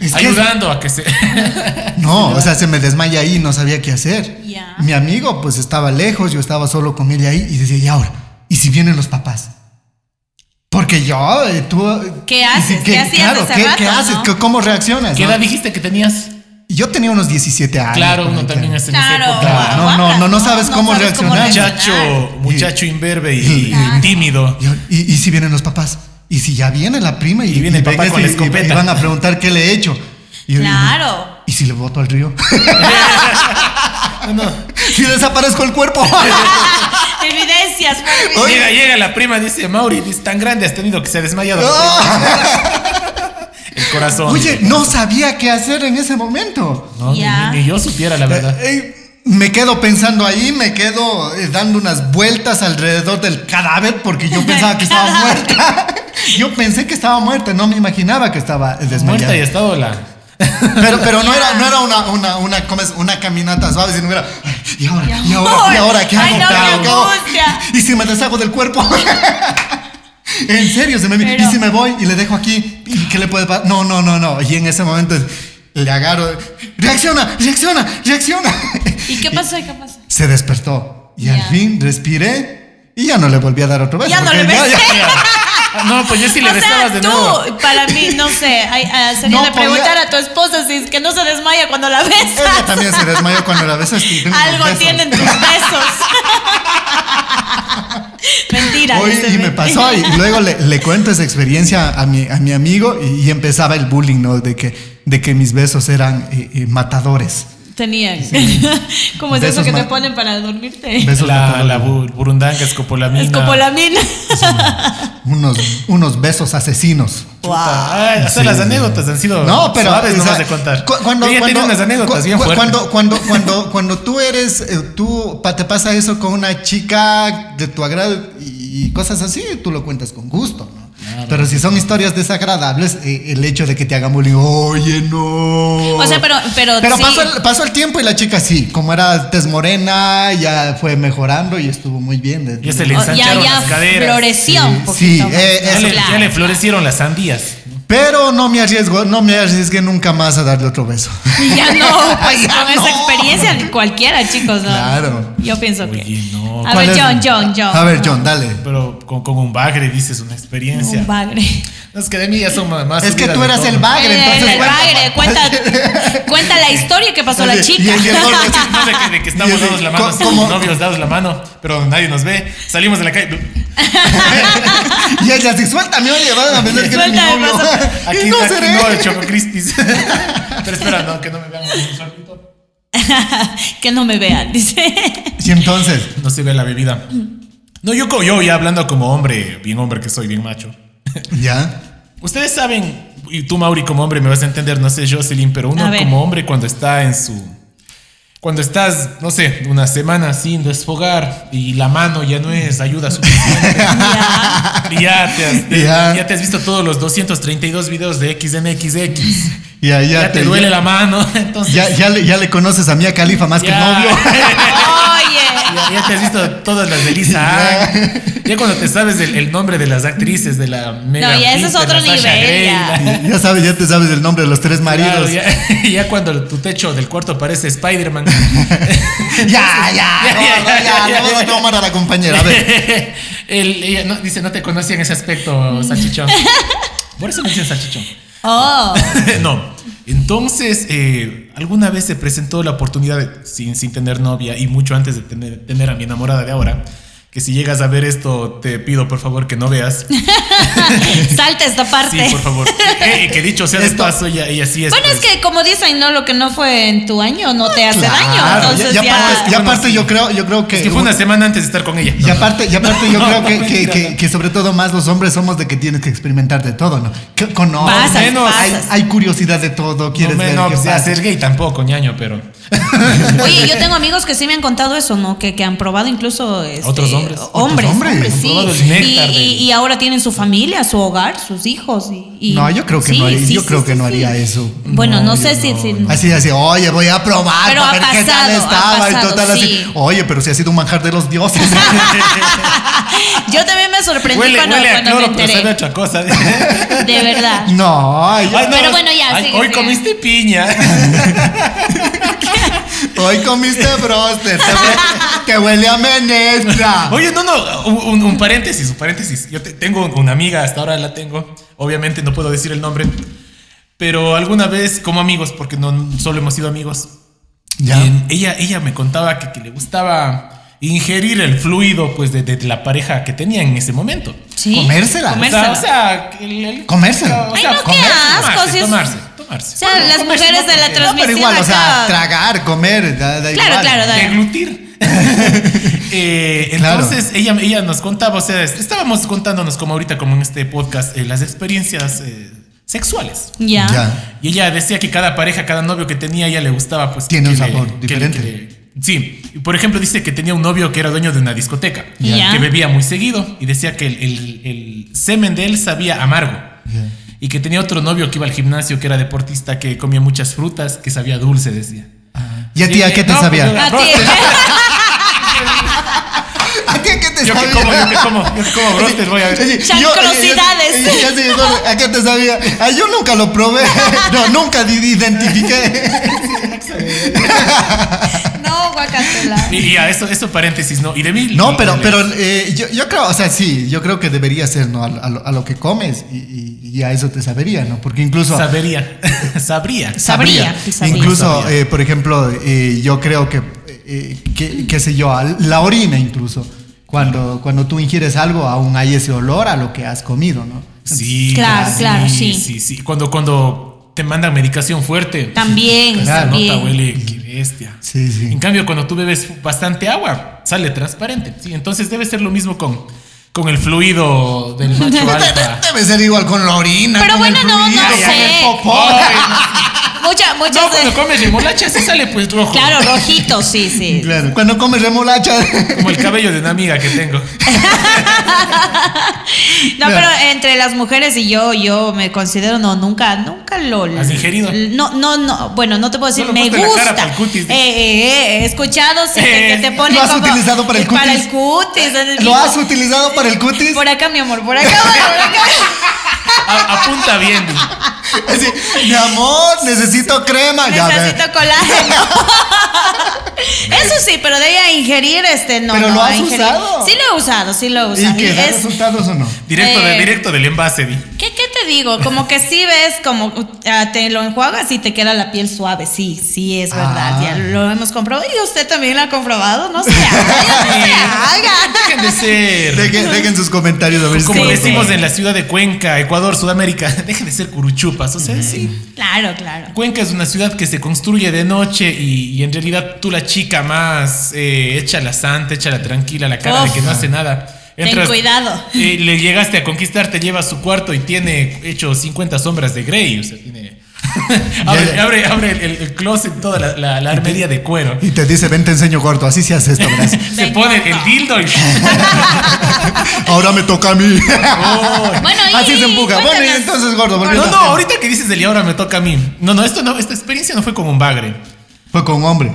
Speaker 2: Es que-
Speaker 4: Ayudando a que se.
Speaker 2: No, o sea, se me desmaya ahí y no sabía qué hacer.
Speaker 3: Ya.
Speaker 2: Mi amigo, pues estaba lejos, yo estaba solo con ella ahí y decía, ¿y ahora? ¿Y si vienen los papás? Porque yo, eh, tú. eh,
Speaker 3: ¿Qué haces? ¿Qué hacías
Speaker 2: claro,
Speaker 3: hace
Speaker 2: ¿qué,
Speaker 3: rato,
Speaker 2: qué haces?
Speaker 3: no?
Speaker 2: ¿Qué- ¿Cómo reaccionas?
Speaker 4: ¿Qué
Speaker 2: no?
Speaker 4: edad dijiste que tenías?
Speaker 2: Yo tenía unos 17 años.
Speaker 4: Claro,
Speaker 2: por ahí,
Speaker 4: uno también
Speaker 2: claro.
Speaker 4: es en esa
Speaker 3: Claro.
Speaker 4: época.
Speaker 2: No, no, no, no sabes cómo reaccionar.
Speaker 4: Muchacho, muchacho imberbe y,
Speaker 2: Claro.
Speaker 4: y tímido.
Speaker 2: Y, y- y si vienen los papás? ¿Y si ya viene la prima y,
Speaker 4: Y viene el papá
Speaker 2: vengas
Speaker 4: con la
Speaker 2: y- y-
Speaker 4: escopeta.
Speaker 2: y van a preguntar qué le he hecho? Y yo digo,
Speaker 3: Claro.
Speaker 2: ¿Y si le boto al río? Si desaparezco el cuerpo.
Speaker 3: Evidencias, Barbie.
Speaker 2: Oye.
Speaker 4: Llega, llega la prima, dice Mauri, dice, tan grande has tenido que se ha desmayado. El corazón.
Speaker 2: Oye, no sabía qué hacer en ese momento.
Speaker 4: No, ni-
Speaker 3: Ya.
Speaker 4: ni, ni yo supiera, la verdad.
Speaker 2: Eh, me quedo pensando ahí, me quedo eh, dando unas vueltas alrededor del cadáver porque yo pensaba que estaba muerta. Yo pensé que estaba muerta, no me imaginaba que estaba eh, desmayada.
Speaker 4: Muerta y estado la.
Speaker 2: Pero, pero no era, no era una, una, una, ¿cómo es? una caminata suave, sino era, "Ay, y ahora,
Speaker 3: Ya.
Speaker 2: y ahora, y ahora, ¿qué hago?
Speaker 3: Ay,
Speaker 2: ¿Qué
Speaker 3: no, qué
Speaker 2: hago? ¿Qué hago?
Speaker 3: angustia.
Speaker 2: Y si me deshago del cuerpo. en serio, se me, y
Speaker 3: Pero-
Speaker 2: si me voy y le dejo aquí, ¿y qué le puede pasar? No, no, no, no. Y en ese momento le agarro, reacciona, reacciona, reacciona.
Speaker 3: ¿Y qué pasó? ¿Y qué pasó?
Speaker 2: se despertó y al
Speaker 3: Ya.
Speaker 2: fin respiré y ya no le volví a dar otro beso.
Speaker 3: Ya no
Speaker 2: porque
Speaker 3: le besé.
Speaker 4: No, pues yo sí le
Speaker 3: o
Speaker 4: besabas
Speaker 3: sea,
Speaker 4: de
Speaker 3: tú,
Speaker 4: nuevo.
Speaker 3: para mí, no sé, ay, ah, sería
Speaker 2: No
Speaker 3: de preguntar
Speaker 2: podía-
Speaker 3: a tu esposa si es que no se desmaya cuando la
Speaker 2: Ella
Speaker 3: besas.
Speaker 2: también se desmayó cuando la besas. y tengo unos
Speaker 3: Algo
Speaker 2: besos.
Speaker 3: tienen tus besos. mentira.
Speaker 2: Oye,
Speaker 3: dice,
Speaker 2: y me
Speaker 3: mentira.
Speaker 2: pasó, y luego le, le cuento esa experiencia a mi, a mi amigo y, y empezaba el bullying, ¿no? De que, de que mis besos eran eh, eh, matadores.
Speaker 3: Tenían. Como es
Speaker 2: Besos
Speaker 3: eso que te
Speaker 2: más-
Speaker 3: ponen para dormirte.
Speaker 2: Besos
Speaker 4: La,
Speaker 2: matadores.
Speaker 4: la bu- burundanga, escopolamina.
Speaker 3: Escopolamina.
Speaker 2: Unos, unos besos asesinos.
Speaker 3: wow.
Speaker 4: Ay, o sea, las anécdotas han sido
Speaker 2: No, pero.
Speaker 4: suaves
Speaker 2: o sea,
Speaker 4: Oh, nomás de contar.
Speaker 2: cu- cuando,
Speaker 4: Ella
Speaker 2: cuando,
Speaker 4: tiene unas anécdotas
Speaker 2: cu-
Speaker 4: bien
Speaker 2: cu-
Speaker 4: fuertes.
Speaker 2: cuando, cuando, cuando, cuando tú eres. eh, tú pa- te pasa eso con una chica de tu agrado y, y cosas así, tú lo cuentas con gusto, ¿no? Pero si son historias desagradables, eh, el hecho de que te hagan bullying, oye, no.
Speaker 3: O sea, pero- pero sí.
Speaker 2: pasó, el, pasó el tiempo y la chica sí, como era tez morena, ya fue mejorando y estuvo muy bien.
Speaker 4: Y se le
Speaker 3: ya
Speaker 4: ensancharon
Speaker 3: ya
Speaker 4: las caderas.
Speaker 3: floreció un
Speaker 2: Sí, sí,
Speaker 3: poquito. más.
Speaker 2: eh,
Speaker 4: Ya
Speaker 2: eso,
Speaker 4: le,
Speaker 3: claro.
Speaker 4: ya le florecieron las sandías.
Speaker 2: Pero no me arriesgo, no me arriesgué nunca más a darle otro beso.
Speaker 3: Y ya no, pues
Speaker 2: Ya
Speaker 3: con
Speaker 2: no.
Speaker 3: esa experiencia cualquiera, chicos. ¿no?
Speaker 2: Claro.
Speaker 3: Yo pienso
Speaker 4: Oye,
Speaker 3: que.
Speaker 4: no.
Speaker 3: A
Speaker 2: ¿Cuál
Speaker 3: ver,
Speaker 2: es?
Speaker 3: John, John, John.
Speaker 2: A ver, John, dale.
Speaker 4: Pero con, con un bagre dices una experiencia.
Speaker 3: Un bagre.
Speaker 4: No, es que de mí ya son más.
Speaker 2: Es que
Speaker 4: subidas
Speaker 2: tú
Speaker 4: de
Speaker 2: eras
Speaker 4: tono.
Speaker 2: el bagre,
Speaker 3: El-
Speaker 2: entonces.
Speaker 3: el bagre, cuenta, cuenta la historia que pasó la
Speaker 2: Oye,
Speaker 3: chica.
Speaker 2: y el- y el gordo,
Speaker 4: No sé que, de que
Speaker 2: Y
Speaker 4: estamos
Speaker 2: el-
Speaker 4: dados la mano,
Speaker 2: co-
Speaker 4: así,
Speaker 2: como-
Speaker 4: novios dados la mano, pero nadie nos ve. Salimos de la calle.
Speaker 2: Y ella así, suéltame, oye, van a pensar que era mi
Speaker 3: Suéltame,
Speaker 2: novio.
Speaker 3: pasa-
Speaker 4: Aquí
Speaker 2: y no
Speaker 4: aquí
Speaker 2: seré.
Speaker 4: no, el Choco Crispis. Pero espera, no, que no me vean. un sorbito.
Speaker 3: que no me vean, dice.
Speaker 2: Y entonces,
Speaker 4: No se ve la bebida. No, yo, co- yo ya hablando como hombre, bien hombre que soy, bien macho.
Speaker 2: ya.
Speaker 4: Ustedes saben, y tú, Mauri, como hombre, me vas a entender, no sé, Jocelyn, pero
Speaker 3: A
Speaker 4: uno
Speaker 3: ver.
Speaker 4: como hombre cuando está en su. Cuando estás, no sé, una semana sin desfogar y la mano ya no es ayuda suficiente. y ya te, has, te-
Speaker 2: Ya.
Speaker 4: ya te has visto todos los 232 videos de XNXX.
Speaker 2: Y allá
Speaker 4: Ya, te, duele la mano, entonces.
Speaker 2: Ya, ya, le, ya le conoces a Mía Califa más que
Speaker 4: ya.
Speaker 2: novio.
Speaker 3: Oye.
Speaker 4: Ya, ya te has visto todas las de Lisa Ang. Ya cuando te sabes el, el nombre de las actrices de la Mega
Speaker 3: ya ese
Speaker 4: Pitt,
Speaker 3: es
Speaker 4: de la
Speaker 3: otro
Speaker 4: Sasha
Speaker 3: nivel,
Speaker 4: Grey,
Speaker 3: ya.
Speaker 4: la-
Speaker 2: Ya sabes, ya te sabes el nombre de los tres
Speaker 4: Claro,
Speaker 2: maridos.
Speaker 4: ya, ya cuando tu techo del cuarto parece Spider-Man.
Speaker 2: Ya, ya,
Speaker 4: Ya,
Speaker 2: no,
Speaker 4: ya,
Speaker 2: no, ya,
Speaker 4: ya,
Speaker 2: no vas
Speaker 4: ya,
Speaker 2: a tomar a la compañera. A ver,
Speaker 4: El- ella no- dice, no te conocía en ese aspecto, salchichón. Por eso me dicen salchichón.
Speaker 3: Oh,
Speaker 4: no. Entonces, eh, alguna vez se presentó la oportunidad, de- sin, sin tener novia y mucho antes de tener, tener a mi enamorada de ahora, que si llegas a ver esto, te pido por favor que no veas.
Speaker 3: salta esta
Speaker 4: Sí,
Speaker 3: parte.
Speaker 4: por favor. Eh, que dicho sea de
Speaker 2: Esto-
Speaker 4: paso, ella, ella sí es.
Speaker 3: bueno, es
Speaker 4: pues,
Speaker 3: que como dicen, no, lo que no fue en tu año no te hace
Speaker 2: Claro,
Speaker 3: daño. Entonces
Speaker 2: ya,
Speaker 3: ya.
Speaker 2: ya aparte, ya
Speaker 4: Bueno,
Speaker 2: aparte
Speaker 4: sí.
Speaker 2: yo creo, yo creo que.
Speaker 4: es que fue una semana antes de estar con ella.
Speaker 2: Y aparte, y aparte yo
Speaker 4: No,
Speaker 2: creo
Speaker 4: no,
Speaker 2: que, que,
Speaker 4: mentira,
Speaker 2: que-
Speaker 4: no.
Speaker 2: que sobre todo más los hombres somos de que tienes que experimentar de todo, ¿no? Que conoces,
Speaker 3: Pasas,
Speaker 4: menos.
Speaker 2: hay,
Speaker 3: pasas.
Speaker 2: hay curiosidad de todo, quieres
Speaker 4: no, me-
Speaker 2: ver
Speaker 4: no,
Speaker 2: qué
Speaker 4: pues, ya,
Speaker 2: pasa.
Speaker 4: ser gay tampoco, ñaño, pero.
Speaker 3: Oye, yo tengo amigos que sí me han contado eso, ¿no? Que, que han probado incluso. este,
Speaker 4: Otros hombres.
Speaker 3: Hombres,
Speaker 2: Otros hombres.
Speaker 3: hombres,
Speaker 4: Han
Speaker 3: sí.
Speaker 4: probado el néctar
Speaker 3: Y,
Speaker 4: de-
Speaker 3: y- y ahora tienen su familia, su hogar, sus hijos. y- y-
Speaker 2: No, yo creo que
Speaker 3: sí,
Speaker 2: no, haría-
Speaker 3: sí,
Speaker 2: yo
Speaker 3: sí,
Speaker 2: creo
Speaker 3: sí,
Speaker 2: que no
Speaker 3: sí.
Speaker 2: haría eso.
Speaker 3: Bueno, no,
Speaker 4: No,
Speaker 3: sé
Speaker 4: yo
Speaker 3: si.
Speaker 4: no,
Speaker 3: si-
Speaker 4: yo no.
Speaker 2: Así, así, oye, voy a probar
Speaker 3: Pero
Speaker 2: para
Speaker 3: ha
Speaker 2: ver qué tal
Speaker 3: pasado, ha
Speaker 2: estaba.
Speaker 3: pasado,
Speaker 2: y total,
Speaker 3: sí.
Speaker 2: así, oye, pero si ha sido un manjar de los dioses.
Speaker 3: Yo también me sorprendí
Speaker 4: Huele,
Speaker 3: cuando,
Speaker 4: huele a
Speaker 3: cuando
Speaker 4: cloro, pues,
Speaker 3: me
Speaker 4: pero sabe a
Speaker 3: enteré.
Speaker 4: otra cosa.
Speaker 3: De verdad.
Speaker 2: no, ay,
Speaker 4: Ay,
Speaker 3: Pero bueno, ya, sigue,
Speaker 4: Hoy
Speaker 3: sigue.
Speaker 4: comiste piña.
Speaker 2: hoy comiste broster, te hue- te huele a menestra.
Speaker 4: Oye, no, no, un, un paréntesis, un paréntesis. Yo te- tengo una amiga, hasta ahora la tengo. Obviamente no puedo decir el nombre. Pero alguna vez, como amigos, porque no solo hemos sido amigos,
Speaker 2: Ya.
Speaker 4: eh, ella, ella me contaba que, que le gustaba ingerir el fluido pues de, de la pareja que tenía en ese momento.
Speaker 3: Sí.
Speaker 2: Comérsela.
Speaker 4: O sea,
Speaker 3: Comérsela.
Speaker 4: o sea, que el- el-
Speaker 2: Comérsela.
Speaker 4: o sea,
Speaker 3: Ay, no, qué
Speaker 4: comerse,
Speaker 3: asco, si es-
Speaker 4: Tomarse, tomarse.
Speaker 3: O sea, las
Speaker 4: comerse,
Speaker 3: mujeres
Speaker 4: no,
Speaker 3: de la
Speaker 4: porque-
Speaker 3: trans-
Speaker 2: No, pero igual, o sea,
Speaker 3: acá.
Speaker 2: tragar, comer, da, da
Speaker 3: Claro,
Speaker 2: igual.
Speaker 3: claro, da-
Speaker 4: deglutir. Eh,
Speaker 2: Claro.
Speaker 4: Entonces ella, ella nos contaba, o sea, es- estábamos contándonos como ahorita, como en este podcast, eh, las experiencias eh, sexuales.
Speaker 3: Ya.
Speaker 2: Ya.
Speaker 4: Y ella decía que cada pareja, cada novio que tenía, a ella le gustaba, pues.
Speaker 2: Tiene un
Speaker 4: que le-
Speaker 2: sabor
Speaker 4: que le-
Speaker 2: diferente.
Speaker 4: que le- sí. Y, Por ejemplo, dice que tenía un novio que era dueño de una discoteca,
Speaker 3: Ya.
Speaker 4: que bebía muy seguido y decía que el, el- el semen de él sabía amargo. Y que tenía otro novio que iba al gimnasio, que era deportista, que comía muchas frutas, que sabía dulce, decía.
Speaker 2: ¿Y a ti a qué te
Speaker 4: No,
Speaker 2: sabía?
Speaker 4: pues,
Speaker 3: A ti.
Speaker 2: ¿A qué, qué te
Speaker 4: Yo que
Speaker 2: sabía?
Speaker 4: como, yo que como, yo que como broster, voy a ver.
Speaker 2: Oye, yo-
Speaker 3: Chancrosidades.
Speaker 2: oye, yo- yo- yo- yo- ¿A qué te sabía? Ah, yo nunca lo probé. No, nunca di- identifiqué.
Speaker 3: No, guacatela.
Speaker 4: Y, y a eso, eso paréntesis, ¿no? Y de mí.
Speaker 2: No, pero, pero eh, yo, yo creo, o sea, sí, yo creo que debería ser, ¿no? A, lo- a lo- a lo que comes y, y- y a eso te sabería, ¿no? Porque incluso...
Speaker 4: Sabería. Sabría.
Speaker 3: Sabría, sí, sabría.
Speaker 2: Incluso,
Speaker 4: Sabría.
Speaker 2: eh, por ejemplo, eh, yo creo que, eh, que- qué sé yo, al- la orina incluso. Cuando, cuando tú ingieres algo, aún hay ese olor a lo que has comido, ¿no?
Speaker 4: Sí.
Speaker 3: Claro, claro, sí.
Speaker 4: Sí, sí. Cuando, cuando te mandan medicación fuerte.
Speaker 3: También,
Speaker 4: Esa
Speaker 2: Claro.
Speaker 3: también.
Speaker 4: nota huele, qué bestia.
Speaker 2: Sí, sí.
Speaker 4: En cambio, cuando tú bebes bastante agua, sale transparente. Sí, entonces debe ser lo mismo con, con el fluido del macho alfa.
Speaker 2: Debe ser igual con la orina.
Speaker 3: Pero
Speaker 2: con
Speaker 3: bueno,
Speaker 2: el
Speaker 3: no,
Speaker 2: fluido,
Speaker 3: no
Speaker 2: y en
Speaker 3: sé.
Speaker 2: el popó.
Speaker 3: Mucha, muchas.
Speaker 4: No, cuando comes remolacha se sale pues rojo.
Speaker 3: Claro, rojito, sí, sí.
Speaker 2: Claro, cuando comes remolacha.
Speaker 4: Como el cabello de una amiga que tengo.
Speaker 3: No,
Speaker 2: Claro.
Speaker 3: pero entre las mujeres y yo, yo me considero, no, nunca, nunca lo.
Speaker 4: ¿Has ingerido?
Speaker 3: No, no, no. Bueno, no te puedo decir,
Speaker 4: Solo
Speaker 3: me
Speaker 4: ponte la
Speaker 3: gusta.
Speaker 4: cara para el cutis,
Speaker 3: Eh, eh, eh, he escuchado, sí, que,
Speaker 4: Eh,
Speaker 3: que te ponen.
Speaker 2: ¿lo has
Speaker 3: como-
Speaker 2: utilizado para el
Speaker 3: Para
Speaker 2: cutis?
Speaker 3: el cutis. entonces
Speaker 2: ¿Lo
Speaker 3: digo,
Speaker 2: has utilizado para el cutis?
Speaker 3: Por acá, mi amor, por acá, por acá.
Speaker 4: A- apunta bien. Di.
Speaker 2: Así, mi amor, necesito crema. Ya, ve.
Speaker 3: Necesito colágeno. Eso sí, pero de ahí a ingerir, este, no.
Speaker 2: ¿Pero
Speaker 3: no,
Speaker 2: lo
Speaker 3: a
Speaker 2: has
Speaker 3: ingerir.
Speaker 2: usado?
Speaker 3: Sí lo he usado, sí lo he
Speaker 2: ¿Y
Speaker 3: usado.
Speaker 2: qué?
Speaker 3: Y
Speaker 2: ¿Da
Speaker 3: es-
Speaker 2: resultados o no?
Speaker 4: Directo, de,
Speaker 3: Eh.
Speaker 4: directo del envase, Di.
Speaker 3: ¿Qué, ¿Qué te digo? Como que sí ves, como ah, te lo enjuagas y te queda la piel suave. Sí, sí, es verdad.
Speaker 2: Ah.
Speaker 3: Ya lo hemos comprobado. Y usted también lo ha comprobado. No se haga. No se haga.
Speaker 4: Dejen de ser.
Speaker 2: Dejen, dejen sus comentarios a ver si
Speaker 4: Como
Speaker 2: lo
Speaker 4: decimos
Speaker 2: toman.
Speaker 4: en la ciudad de Cuenca, Ecuador, Sudamérica, dejen de ser curuchupas. O sea, sí.
Speaker 3: Claro, claro.
Speaker 4: Cuenca es una ciudad que se construye de noche y, y en realidad tú la chica más eh, échala santa, échala tranquila, la cara
Speaker 3: Uf.
Speaker 4: de que no hace nada.
Speaker 3: Ten cuidado.
Speaker 4: eh, le llegaste a conquistar, te lleva a su cuarto y tiene hecho 50 sombras de Grey. O sea, tiene. abre
Speaker 2: Ya.
Speaker 4: abre, abre el, el closet, toda la, la- la armería de cuero.
Speaker 2: Y te dice, ven, te enseño corto. Así se hace esto, gracias.
Speaker 4: Se pone el dildo y.
Speaker 2: Ahora me toca a mí.
Speaker 4: Oh,
Speaker 3: Bueno, y,
Speaker 2: Así se empuja. Bueno, y
Speaker 3: cuéntanos.
Speaker 2: entonces, gordo, volviendo al
Speaker 4: No, no,
Speaker 2: tema.
Speaker 4: ahorita que dices del y ahora me toca a mí. No, no, esto no, esta experiencia no fue con un bagre.
Speaker 2: Fue con hombre.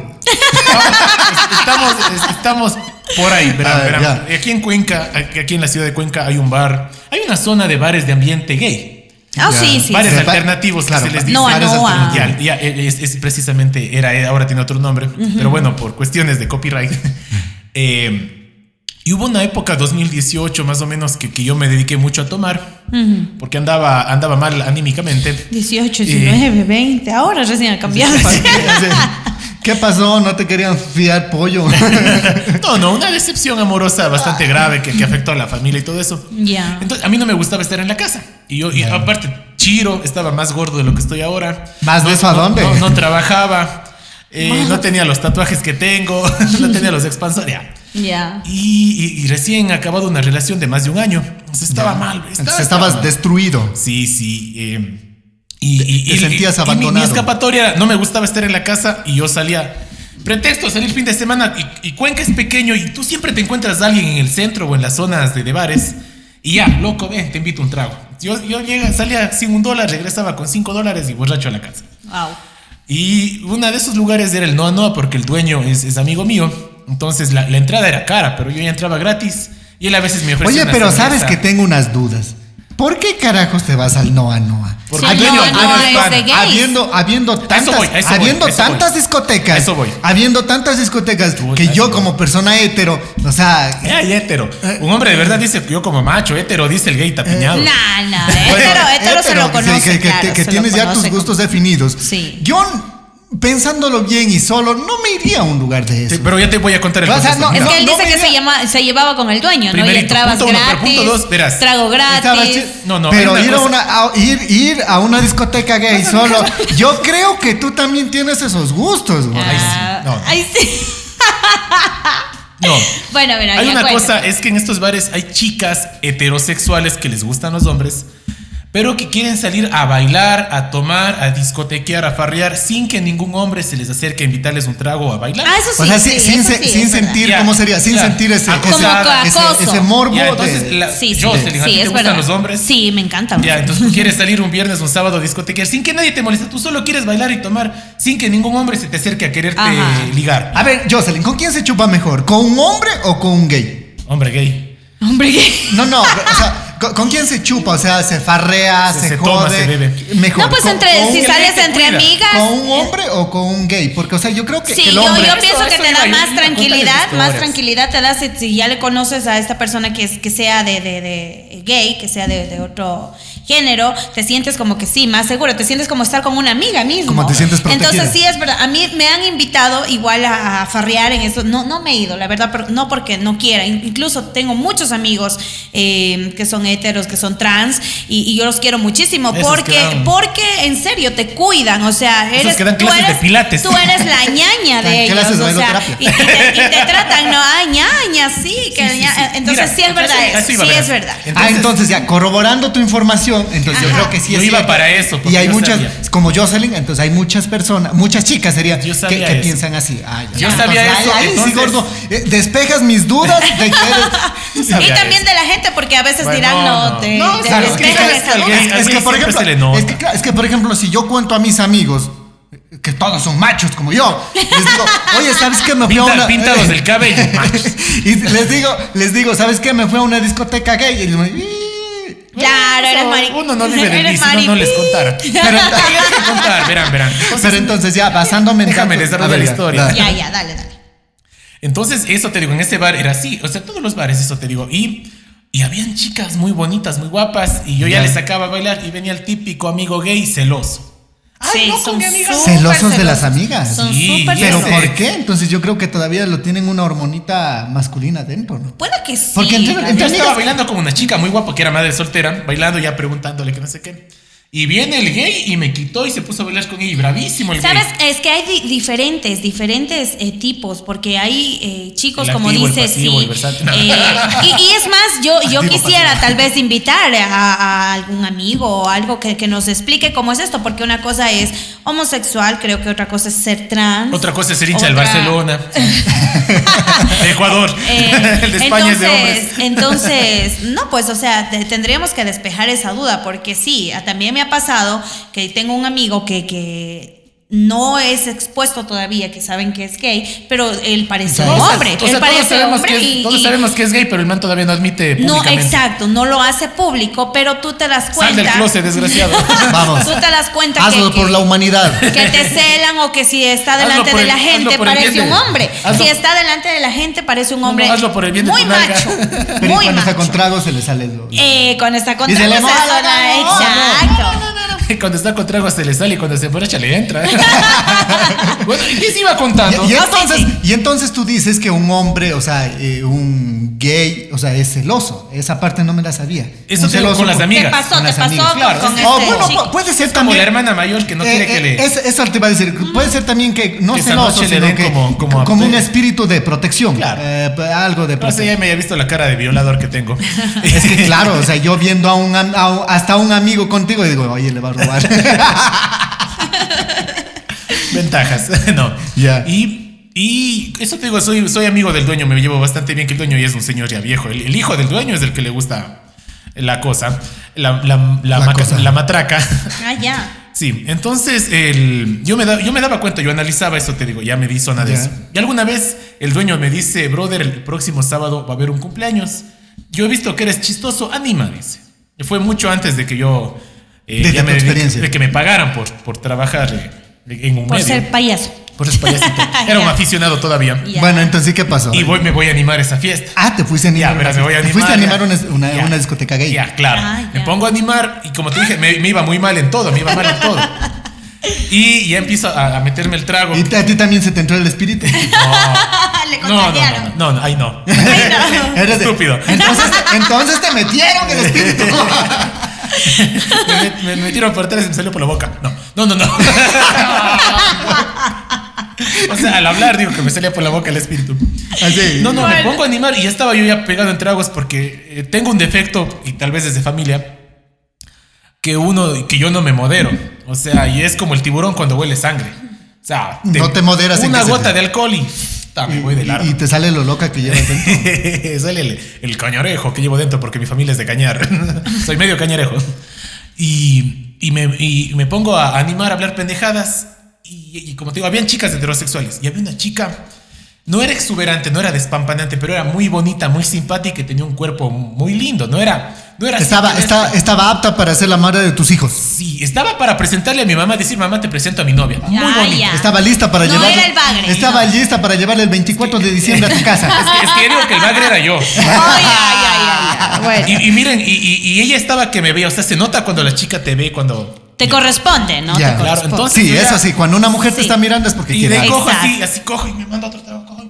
Speaker 4: Estamos, es- estamos Por ahí, verán,
Speaker 2: A ver,
Speaker 4: verán.
Speaker 2: Ah, ya.
Speaker 4: Aquí en Cuenca, aquí en la ciudad de Cuenca hay un bar, hay una zona de bares de ambiente gay.
Speaker 3: Ah,
Speaker 4: Ya.
Speaker 3: sí, sí.
Speaker 4: Bares
Speaker 3: sí.
Speaker 2: al-
Speaker 4: alternativos,
Speaker 2: Claro,
Speaker 4: que se les dice.
Speaker 3: No,
Speaker 4: Bares
Speaker 3: no, ah.
Speaker 4: alternativos. Ya, ya, es, es precisamente, era, eh, ahora tiene otro nombre, pero bueno, por cuestiones de copyright. Eh, y hubo una época, 2018 más o menos, que, que yo me dediqué mucho a tomar,
Speaker 3: Ujú.
Speaker 4: porque andaba, andaba mal anímicamente.
Speaker 3: 18,
Speaker 4: Eh,
Speaker 3: 19, 20. Ahora recién ha cambiado.
Speaker 2: ¿Qué pasó? No te querían fiar pollo.
Speaker 4: No, no, una decepción amorosa bastante grave que, que afectó a la familia y todo eso.
Speaker 3: Ya.
Speaker 4: Entonces, a mí no me gustaba estar en la casa. Y yo, y aparte, Chiro estaba más gordo de lo que estoy ahora.
Speaker 2: ¿Más
Speaker 4: no,
Speaker 2: de eso a
Speaker 4: no-
Speaker 2: dónde?
Speaker 4: No, no trabajaba. eh, no tenía los tatuajes que tengo. no tenía los expansores. ya.
Speaker 3: Ya.
Speaker 4: Y, y- y recién acabado una relación de más de un año. Entonces, estaba mal. Estaba,
Speaker 2: Entonces
Speaker 4: estaba
Speaker 2: estabas
Speaker 4: mal.
Speaker 2: destruido.
Speaker 4: Sí, sí. eh, y, y-
Speaker 2: te
Speaker 4: y-
Speaker 2: sentías
Speaker 4: y mi- Mi,
Speaker 2: abandonado.
Speaker 4: escapatoria no me gustaba estar en la casa y yo salía. Pretexto, salir fin de semana y, y Cuenca es pequeño y tú siempre te encuentras a alguien en el centro o en las zonas de, de bares y ya, loco, ven, te invito un trago. Yo, yo llega, salía sin un dólar, regresaba con cinco dólares y borracho a la casa.
Speaker 3: Wow.
Speaker 4: Y uno de esos lugares era el Noa Noa porque el dueño es, es amigo mío. Entonces la, la entrada era cara, pero yo ya entraba gratis y él a veces Pues me ofrecía
Speaker 2: Oye,
Speaker 4: una
Speaker 2: pero
Speaker 4: cerveza.
Speaker 2: sabes que tengo unas dudas. ¿Por qué carajos te vas al Noa Noa?
Speaker 4: Porque
Speaker 3: Sí,
Speaker 4: el dueño-
Speaker 3: no,
Speaker 4: el
Speaker 2: Ah,
Speaker 3: no,
Speaker 4: dueño
Speaker 3: es
Speaker 4: pana.
Speaker 3: de gays.
Speaker 2: Habiendo, habiendo tantas,
Speaker 4: voy, a eso voy,
Speaker 2: habiendo
Speaker 4: a eso
Speaker 2: tantas
Speaker 4: voy.
Speaker 2: discotecas,
Speaker 4: A eso voy.
Speaker 2: habiendo tantas discotecas
Speaker 4: Chuta,
Speaker 2: que yo
Speaker 4: sí.
Speaker 2: como persona hetero, o sea,
Speaker 4: Eh, ay, hétero. Un hombre de verdad
Speaker 2: eh,
Speaker 4: dice que yo como macho, hétero, dice el gay tapiñado.
Speaker 3: Nah, nah.
Speaker 2: Bueno,
Speaker 3: Hétero, hétero se lo
Speaker 2: que-
Speaker 3: conoce.
Speaker 2: Que, que-
Speaker 3: claro,
Speaker 2: que
Speaker 3: se lo
Speaker 2: tienes ya
Speaker 3: conoce
Speaker 2: tus
Speaker 3: como-
Speaker 2: gustos definidos.
Speaker 3: Sí.
Speaker 2: Yo, pensándolo bien y solo, no me iría a un lugar de eso.
Speaker 4: Sí, pero ya te voy a contar el
Speaker 2: O sea,
Speaker 4: proceso.
Speaker 2: no,
Speaker 3: Es
Speaker 4: Ah, Mira,
Speaker 3: que él
Speaker 2: no
Speaker 3: dice
Speaker 2: me
Speaker 3: que
Speaker 2: diga-
Speaker 3: se, llama, se llevaba con el dueño, ¿no? Y
Speaker 4: Primerito,
Speaker 3: entrabas
Speaker 4: punto uno, pero
Speaker 3: gratis.
Speaker 4: punto dos, verás.
Speaker 3: Trago
Speaker 2: Estaba
Speaker 3: gratis.
Speaker 2: chi-
Speaker 4: No, no,
Speaker 2: pero
Speaker 4: hay una
Speaker 2: ir, a
Speaker 4: cosa-
Speaker 2: una, a- ir, ir a una discoteca gay solo. Yo creo que tú también tienes esos gustos, güey.
Speaker 4: Ay, sí.
Speaker 3: Ah,
Speaker 4: No.
Speaker 3: Ay, sí.
Speaker 4: No.
Speaker 3: Bueno, mira,
Speaker 4: Hay
Speaker 3: ya
Speaker 4: una
Speaker 3: cuenta.
Speaker 4: cosa, es que en estos bares hay chicas heterosexuales que les gustan los hombres, pero que quieren salir a bailar, a tomar, a discotequear, a farrear, sin que ningún hombre se les acerque a invitarles un trago o a bailar.
Speaker 3: Ah, eso sí.
Speaker 2: o sea,
Speaker 3: sí,
Speaker 2: sin, sin
Speaker 3: eso
Speaker 2: se-
Speaker 3: sí,
Speaker 2: sin
Speaker 3: es verdad.
Speaker 2: sentir,
Speaker 4: Ya,
Speaker 2: ¿cómo sería? Sin
Speaker 4: ya.
Speaker 2: sentir ese,
Speaker 4: Como
Speaker 2: ese,
Speaker 3: que
Speaker 2: ese-
Speaker 3: acoso.
Speaker 2: ese morbo.
Speaker 4: Ya,
Speaker 2: de-
Speaker 4: entonces, la-
Speaker 3: Sí, sí.
Speaker 4: Jocelyn, ¿a ti
Speaker 3: Sí,
Speaker 4: te
Speaker 3: es
Speaker 4: gustan
Speaker 3: verdad.
Speaker 4: los hombres?
Speaker 3: Sí, me encantan.
Speaker 4: Ya, entonces tú quieres salir un viernes, un sábado a discotequear sin que nadie te moleste, tú solo quieres bailar y tomar sin que ningún hombre se te acerque a quererte
Speaker 3: Ajá.
Speaker 4: ligar.
Speaker 2: A ver, Jocelyn, ¿con quién se chupa mejor? ¿Con un hombre o con un gay?
Speaker 4: Hombre gay.
Speaker 3: Hombre, ¿qué?
Speaker 2: No, no, o sea, ¿con, con quién se chupa? O sea, se farrea,
Speaker 4: Se-
Speaker 2: se,
Speaker 4: se
Speaker 2: jode.
Speaker 4: toma, se bebe.
Speaker 2: Mejor.
Speaker 3: No, pues
Speaker 2: ¿Con- con
Speaker 3: entre,
Speaker 2: un
Speaker 3: si
Speaker 4: que
Speaker 3: sales
Speaker 4: te
Speaker 3: entre
Speaker 4: cuida.
Speaker 3: amigas.
Speaker 2: ¿Con un hombre o con un gay? Porque, o sea, yo creo que
Speaker 3: Sí,
Speaker 2: que el
Speaker 3: yo,
Speaker 2: hombre.
Speaker 3: yo pienso
Speaker 4: Eso-
Speaker 3: que
Speaker 4: eso
Speaker 3: te
Speaker 4: iba
Speaker 3: da
Speaker 4: a ir.
Speaker 3: más
Speaker 4: Cuéntales
Speaker 3: tranquilidad, más
Speaker 4: historias.
Speaker 3: tranquilidad te da si, si ya le conoces a esta persona que, es- que sea de, de- de gay, que sea de, de otro género, te sientes como que sí, más seguro, te sientes como estar con una amiga mismo.
Speaker 2: Como te sientes protegida.
Speaker 3: Entonces sí es verdad, a mí me han invitado igual a, a farrear en eso, no, no me he ido, la verdad, pero no porque no quiera, In- incluso tengo muchos amigos eh, que son heteros, que son trans, y, y yo los quiero muchísimo,
Speaker 4: Esos
Speaker 3: porque,
Speaker 4: quedan-
Speaker 3: porque en serio te cuidan, o sea,
Speaker 4: Esos
Speaker 3: eres,
Speaker 4: que dan
Speaker 3: tú
Speaker 4: clases de
Speaker 3: eres-
Speaker 4: pilates.
Speaker 3: Tú eres la ñaña de
Speaker 2: Dan
Speaker 3: ellos.
Speaker 2: clases de
Speaker 3: o sea,
Speaker 2: bailoterapia.
Speaker 3: y, y te, y te tratan, no, ah, ñaña, sí, que
Speaker 4: Sí, sí,
Speaker 3: ña-
Speaker 4: sí.
Speaker 3: Entonces
Speaker 4: Mira,
Speaker 3: sí es verdad,
Speaker 4: eso- eso
Speaker 3: sí
Speaker 4: iba a ver.
Speaker 3: es verdad.
Speaker 2: ah, entonces ya, corroborando tu información, entonces yo
Speaker 3: Ajá.
Speaker 2: creo que sí
Speaker 4: Yo
Speaker 2: es
Speaker 4: iba
Speaker 2: cierto.
Speaker 4: para eso, porque
Speaker 2: Y hay
Speaker 4: yo
Speaker 2: muchas,
Speaker 4: sabía.
Speaker 2: como Jocelyn, entonces hay muchas personas, muchas chicas sería que,
Speaker 4: Yo sabía
Speaker 2: que
Speaker 4: eso.
Speaker 2: piensan así. Ah, ya.
Speaker 4: Yo sabía
Speaker 2: Entonces,
Speaker 4: eso,
Speaker 2: ahí- ahí sí,
Speaker 4: entonces-
Speaker 2: gordo, eh, despejas mis dudas de que eres-
Speaker 4: Yo
Speaker 3: Y
Speaker 4: sabía
Speaker 3: también
Speaker 4: eso.
Speaker 3: de la gente, porque a veces
Speaker 4: Bueno,
Speaker 3: dirán, no,
Speaker 4: no.
Speaker 3: te,
Speaker 4: No,
Speaker 3: te
Speaker 4: claro, es que
Speaker 3: despejan
Speaker 4: sabes
Speaker 3: esa
Speaker 4: que
Speaker 3: duda.
Speaker 4: alguien-
Speaker 2: es,
Speaker 4: a
Speaker 2: es
Speaker 4: mí
Speaker 2: que por
Speaker 4: siempre
Speaker 2: ejemplo,
Speaker 4: se le nota.
Speaker 2: es que, claro, es que, por ejemplo, si yo cuento a mis amigos eh, que todos son machos como yo, les digo, oye, ¿sabes qué me fui a
Speaker 4: Pinta-
Speaker 2: una
Speaker 4: píntalos del cabello.
Speaker 2: y les digo, les digo, ¿sabes qué? Me fui a una discoteca gay y me-
Speaker 3: Claro, eres maric.
Speaker 4: Uno no vive de
Speaker 3: Eres
Speaker 4: mí, si no, no les
Speaker 3: maric-
Speaker 4: contara. Pero tenías que contar, verán, verán.
Speaker 2: Pero entonces ya, basándome en
Speaker 4: Déjame
Speaker 2: tantos-
Speaker 4: desarrollar
Speaker 2: A ver,
Speaker 4: la
Speaker 2: ya,
Speaker 4: historia.
Speaker 2: dale.
Speaker 3: Ya, ya, dale, dale.
Speaker 4: Entonces, eso te digo, en ese bar era así. O sea, todos los bares, eso te digo. Y, y habían chicas muy bonitas, muy guapas. Y yo ya,
Speaker 2: Ya.
Speaker 4: les sacaba a bailar. Y venía el típico amigo gay celoso.
Speaker 3: Sí,
Speaker 4: loco,
Speaker 3: son
Speaker 4: mi amiga.
Speaker 3: súper
Speaker 2: Celosos de las amigas.
Speaker 3: Son
Speaker 4: Sí,
Speaker 3: súper
Speaker 4: ya
Speaker 2: Pero
Speaker 4: sé.
Speaker 3: celosos.
Speaker 2: ¿por qué? Entonces yo creo que todavía lo tienen una hormonita masculina dentro, ¿no?
Speaker 3: Puede que sí.
Speaker 2: Porque entre-
Speaker 3: la
Speaker 2: entre
Speaker 4: Yo
Speaker 3: verdad.
Speaker 4: estaba bailando con una chica muy guapa que era madre soltera, bailando ya preguntándole que no sé qué. Y viene el gay y me quitó y se puso a bailar con ella. Y bravísimo el
Speaker 3: Sabes,
Speaker 4: gay.
Speaker 3: es que hay di- diferentes, diferentes eh, tipos, porque hay eh, chicos,
Speaker 4: El
Speaker 3: como
Speaker 4: activo, el
Speaker 3: dices,
Speaker 4: pasivo,
Speaker 3: sí,
Speaker 4: el versátil. No.
Speaker 3: eh, y, y es más, yo, yo
Speaker 2: Activo,
Speaker 3: quisiera tal vez invitar a, a algún amigo o algo que, que nos explique cómo es esto, porque una cosa es homosexual, creo que otra cosa es ser trans.
Speaker 4: Otra cosa es ser hincha del
Speaker 3: Otra-
Speaker 4: Barcelona. de Ecuador.
Speaker 3: Eh,
Speaker 4: el de España es de hombres.
Speaker 3: entonces, entonces, no, pues, o sea, te- tendríamos que despejar esa duda, porque sí, a- también me ha pasado que tengo un amigo que, que no es expuesto todavía, que saben que es gay, pero él parece
Speaker 2: O
Speaker 3: un
Speaker 2: sea,
Speaker 3: hombre.
Speaker 4: o sea,
Speaker 3: él
Speaker 4: todos,
Speaker 3: parece
Speaker 4: sabemos
Speaker 3: hombre
Speaker 4: que es,
Speaker 3: y-
Speaker 4: todos
Speaker 3: y-
Speaker 4: sabemos que es gay, pero el man todavía no admite
Speaker 3: no,
Speaker 4: públicamente.
Speaker 3: exacto, no lo hace público, pero tú te das
Speaker 4: Sal
Speaker 3: cuenta.
Speaker 4: del closet, desgraciado.
Speaker 2: Vamos.
Speaker 3: Tú te das cuenta que,
Speaker 2: Hazlo
Speaker 3: que-
Speaker 2: por la humanidad.
Speaker 3: que te celan o que si está
Speaker 4: Hazlo
Speaker 3: delante
Speaker 4: por
Speaker 3: de
Speaker 4: el-
Speaker 3: la
Speaker 4: hazlo
Speaker 3: gente
Speaker 4: por el bien
Speaker 3: parece
Speaker 4: de-
Speaker 3: un hombre.
Speaker 4: hazlo-
Speaker 3: Si está delante de la gente parece un
Speaker 4: no,
Speaker 3: hombre
Speaker 4: hazlo por el bien de
Speaker 3: muy
Speaker 4: tu nalga.
Speaker 3: macho.
Speaker 2: Pero
Speaker 3: Muy
Speaker 2: cuando está
Speaker 3: macho.
Speaker 2: con trago se le sale lo.
Speaker 3: Eh, cuando está con
Speaker 2: Y se le
Speaker 3: tragos,
Speaker 2: moja
Speaker 3: eso
Speaker 2: la
Speaker 3: da-
Speaker 2: cara, no,
Speaker 3: exacto.
Speaker 4: cuando está con trago se le sale y cuando se emborracha le entra. bueno, ¿y qué se iba contando?
Speaker 2: Y, y
Speaker 3: No, sí,
Speaker 2: entonces,
Speaker 3: sí.
Speaker 2: y entonces tú dices que un hombre, o sea, eh, un gay, o sea, es celoso. Esa parte no me la sabía.
Speaker 4: Eso
Speaker 2: Un
Speaker 4: te digo
Speaker 2: celoso
Speaker 4: con las
Speaker 2: por-
Speaker 4: amigas.
Speaker 3: Te pasó,
Speaker 2: con
Speaker 3: te
Speaker 2: las
Speaker 3: pasó
Speaker 2: amigas.
Speaker 3: con,
Speaker 4: Claro,
Speaker 3: con
Speaker 4: es-
Speaker 3: este
Speaker 2: O bueno,
Speaker 3: chico.
Speaker 2: pu- puede ser
Speaker 4: Como
Speaker 2: también.
Speaker 4: la hermana mayor que no
Speaker 2: Eh,
Speaker 4: quiere que
Speaker 2: eh,
Speaker 4: le...
Speaker 2: es- eso te iba a decir. Puede ser también que no
Speaker 4: Que esa
Speaker 2: celoso,
Speaker 4: noche le
Speaker 2: sino
Speaker 4: den
Speaker 2: que
Speaker 4: como- como-
Speaker 2: como un espíritu de protección.
Speaker 4: Claro.
Speaker 2: Eh, p- algo de
Speaker 4: No sé,
Speaker 2: protección.
Speaker 4: ya me había visto la cara de violador que tengo.
Speaker 2: Es que claro, o sea, yo viendo a un, am- a un- hasta a un amigo contigo y digo, oye, le va a robar.
Speaker 4: Ventajas, no.
Speaker 2: Ya.
Speaker 4: Y, y eso te digo, soy, soy amigo del dueño, me llevo bastante bien que el dueño ya es un señor ya viejo. El, el hijo del dueño es el que le gusta la cosa, la, la- la
Speaker 2: La
Speaker 4: maca-
Speaker 2: cosa.
Speaker 4: la matraca.
Speaker 3: Ah, ya.
Speaker 4: Sí, entonces el, yo, me da- yo me daba cuenta, yo analizaba eso, te digo, ya me di zona de
Speaker 2: Ya.
Speaker 4: eso. Y alguna vez el dueño me dice, brother, el próximo sábado va a haber un cumpleaños. Yo he visto que eres chistoso, anima, dice. Fue mucho antes de que yo... eh,
Speaker 2: Desde
Speaker 4: ya
Speaker 2: tu
Speaker 4: me-
Speaker 2: experiencia.
Speaker 4: De que me pagaran por, por trabajar eh, en un
Speaker 3: Por
Speaker 4: medio.
Speaker 3: ser payaso.
Speaker 4: Por eso payasito. Era un
Speaker 3: Ya.
Speaker 4: aficionado todavía.
Speaker 3: Ya.
Speaker 2: Bueno, entonces, ¿qué pasó?
Speaker 4: Y voy, me voy a animar a esa fiesta.
Speaker 2: Ah, te fuiste a
Speaker 4: Ya,
Speaker 2: animar.
Speaker 4: pero
Speaker 2: una-
Speaker 4: me voy a
Speaker 2: te
Speaker 4: animar.
Speaker 2: fuiste a
Speaker 4: ya.
Speaker 2: animar una, una-
Speaker 4: Ya.
Speaker 2: una discoteca gay.
Speaker 4: Ya, claro.
Speaker 3: Ah,
Speaker 4: Me
Speaker 3: ya.
Speaker 4: pongo a animar y como te dije, me, me iba muy mal en todo, me iba mal en todo. Y ya empiezo a, a meterme el trago.
Speaker 2: Y a ti también se te entró el espíritu.
Speaker 3: Le
Speaker 4: No, no, no,
Speaker 3: contagiaron.
Speaker 4: no, no, no, ahí no.
Speaker 2: Eres de-
Speaker 4: Estúpido.
Speaker 2: Entonces, entonces te metieron el espíritu.
Speaker 4: Me, met- me metieron por atrás y me salió por la boca. No, no, no, no. O sea, al hablar digo que me salía por la boca el espíritu.
Speaker 2: Así.
Speaker 4: No, no, me
Speaker 3: Bueno.
Speaker 4: pongo a animar y ya estaba yo ya pegado en tragos porque eh, tengo un defecto y tal vez es de familia que uno que yo no me modero. O sea, y es como el tiburón cuando huele sangre. O sea,
Speaker 2: No te moderas en
Speaker 4: Una
Speaker 2: que se
Speaker 4: gota
Speaker 2: te-
Speaker 4: de alcohol y ta, me voy de largo.
Speaker 2: Y, y te sale lo loca que llevas dentro.
Speaker 4: Sale el, el cañarejo que llevo dentro porque mi familia es de cañar. Soy medio cañarejo. Y, y me, y me pongo a animar, a hablar pendejadas. Y, y como te digo, habían chicas heterosexuales. Y había una chica, no era exuberante, no era despampanante, pero era muy bonita, muy simpática y tenía un cuerpo muy lindo. No era... No era
Speaker 2: Estaba,
Speaker 4: simplemente-
Speaker 2: estaba, estaba apta para ser la madre de tus hijos.
Speaker 4: Sí, estaba para presentarle a mi mamá, decir, mamá, te presento a mi novia. Muy
Speaker 3: Ah,
Speaker 4: bonita.
Speaker 3: ya.
Speaker 2: Estaba lista para
Speaker 3: No
Speaker 2: llevarle.
Speaker 3: era el bagre,
Speaker 2: estaba
Speaker 3: no.
Speaker 2: lista para llevarle el 24 de diciembre a tu
Speaker 4: Es
Speaker 2: casa.
Speaker 4: que, es que yo digo que el bagre era yo.
Speaker 3: Ay, ay, ay, ay, ay. Bueno.
Speaker 4: Y, y miren, y, y- y ella estaba que me veía. O sea, se nota cuando la chica te ve, cuando.
Speaker 3: Te corresponde, ¿no?
Speaker 2: Ya.
Speaker 3: Te
Speaker 4: Claro,
Speaker 3: corresponde.
Speaker 4: entonces-
Speaker 2: Sí,
Speaker 4: yo
Speaker 2: eso
Speaker 4: ya-
Speaker 2: sí. Cuando una mujer te
Speaker 3: Sí.
Speaker 2: está mirando es porque
Speaker 4: Y
Speaker 2: quiere
Speaker 4: de
Speaker 2: algo.
Speaker 4: cojo así,
Speaker 3: Exacto.
Speaker 4: así cojo y me manda otro trago. cojo.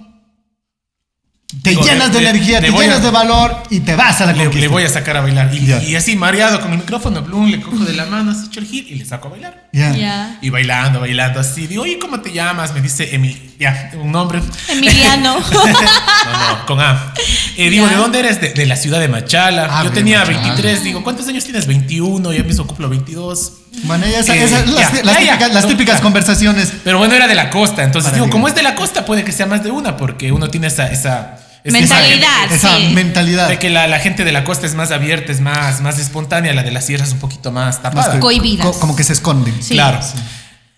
Speaker 2: Te
Speaker 4: Digo,
Speaker 2: llenas de,
Speaker 4: le- le-
Speaker 2: energía,
Speaker 4: le
Speaker 2: te
Speaker 4: voy a-
Speaker 2: llenas de valor y te vas a la
Speaker 4: Le,
Speaker 2: conquista.
Speaker 4: le voy a sacar a bailar. Y,
Speaker 2: Ah, Ya.
Speaker 4: y así mareado con el micrófono, Bloom, le cojo de la mano, así hecho el hit y le saco a bailar.
Speaker 2: Ya.
Speaker 3: Ya.
Speaker 4: Y bailando, bailando así. Digo, oye, ¿cómo te llamas? Me dice Emi. Ya, un nombre.
Speaker 3: Emiliano.
Speaker 4: No, no, con A. Eh, digo,
Speaker 3: Ya.
Speaker 4: ¿de dónde eres? De, de la ciudad de Machala.
Speaker 2: Ah,
Speaker 4: Yo
Speaker 2: de
Speaker 4: tenía
Speaker 2: Machala.
Speaker 4: 23. Digo, ¿cuántos años tienes? 21. Ya mismo cumplo 22.
Speaker 2: Bueno, ya esa-
Speaker 4: Eh,
Speaker 2: esa-
Speaker 4: ya,
Speaker 2: las,
Speaker 4: ya,
Speaker 2: las
Speaker 4: ya.
Speaker 2: típicas, las
Speaker 4: No,
Speaker 2: típicas
Speaker 4: ya.
Speaker 2: conversaciones.
Speaker 4: Pero bueno, era de la costa. Entonces
Speaker 2: Para
Speaker 4: digo,
Speaker 2: llegar.
Speaker 4: como es de la costa, puede que sea más de una, porque uno tiene esa. esa esa
Speaker 3: Mentalidad.
Speaker 4: imagen de-
Speaker 2: Esa
Speaker 3: Ah, sí.
Speaker 2: mentalidad.
Speaker 4: De que la, la gente de la costa es más abierta, es más, más espontánea, la de las sierras un poquito más
Speaker 2: Más
Speaker 4: tapada.
Speaker 2: que-
Speaker 3: Cohibidas.
Speaker 2: co- como que se esconden.
Speaker 3: Sí.
Speaker 4: Claro.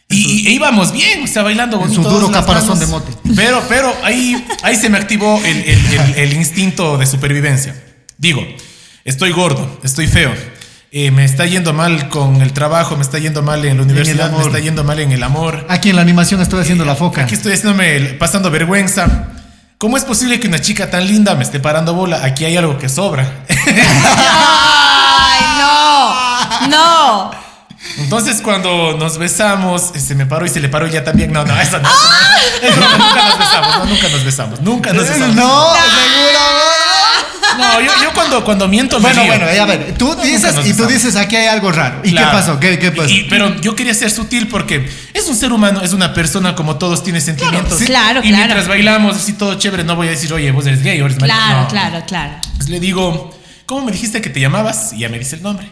Speaker 4: Y, y- e íbamos bien, o sea, bailando
Speaker 2: En
Speaker 4: bonito,
Speaker 2: su duro
Speaker 4: todos las
Speaker 2: caparazón
Speaker 4: manos.
Speaker 2: de mote.
Speaker 4: Pero, pero ahí, ahí se me activó el, el- el- el instinto de supervivencia. Digo, estoy gordo, estoy feo, eh, me está yendo mal con el trabajo, me está yendo mal en la universidad, me
Speaker 2: amor.
Speaker 4: está yendo mal en el amor.
Speaker 2: Aquí en la animación estoy haciendo la foca.
Speaker 4: Aquí estoy haciéndome, el- pasando vergüenza. ¿Cómo es posible que una chica tan linda me esté parando bola? Aquí hay algo que sobra.
Speaker 3: Ay, no. No.
Speaker 4: Entonces cuando nos besamos, eh, se me paró y se le paró ella también. No, no, eso no.
Speaker 3: ¡Ah!
Speaker 4: Eso no, nunca nos besamos, no, nunca nos besamos. Nunca nos besamos.
Speaker 2: Eh, No,
Speaker 3: Ah.
Speaker 2: seguro.
Speaker 4: No, yo, yo cuando, cuando miento me
Speaker 2: Bueno,
Speaker 4: río.
Speaker 2: bueno, eh, a ver, tú dices
Speaker 4: nos
Speaker 2: y tú
Speaker 4: besamos.
Speaker 2: dices aquí hay algo raro. ¿Y
Speaker 4: Claro.
Speaker 2: qué pasó? ¿Qué, qué pasó?
Speaker 4: Y- y- pero yo quería ser sutil porque es un ser humano, es una persona como todos, tiene sentimientos.
Speaker 3: sí. Claro,
Speaker 4: y
Speaker 3: claro.
Speaker 4: mientras bailamos, así todo chévere, no voy a decir, oye, vos eres gay o eres marica".
Speaker 3: Claro,
Speaker 4: No.
Speaker 3: claro, claro.
Speaker 4: Pues le digo, ¿cómo me dijiste que te llamabas? Y ya me dice el nombre.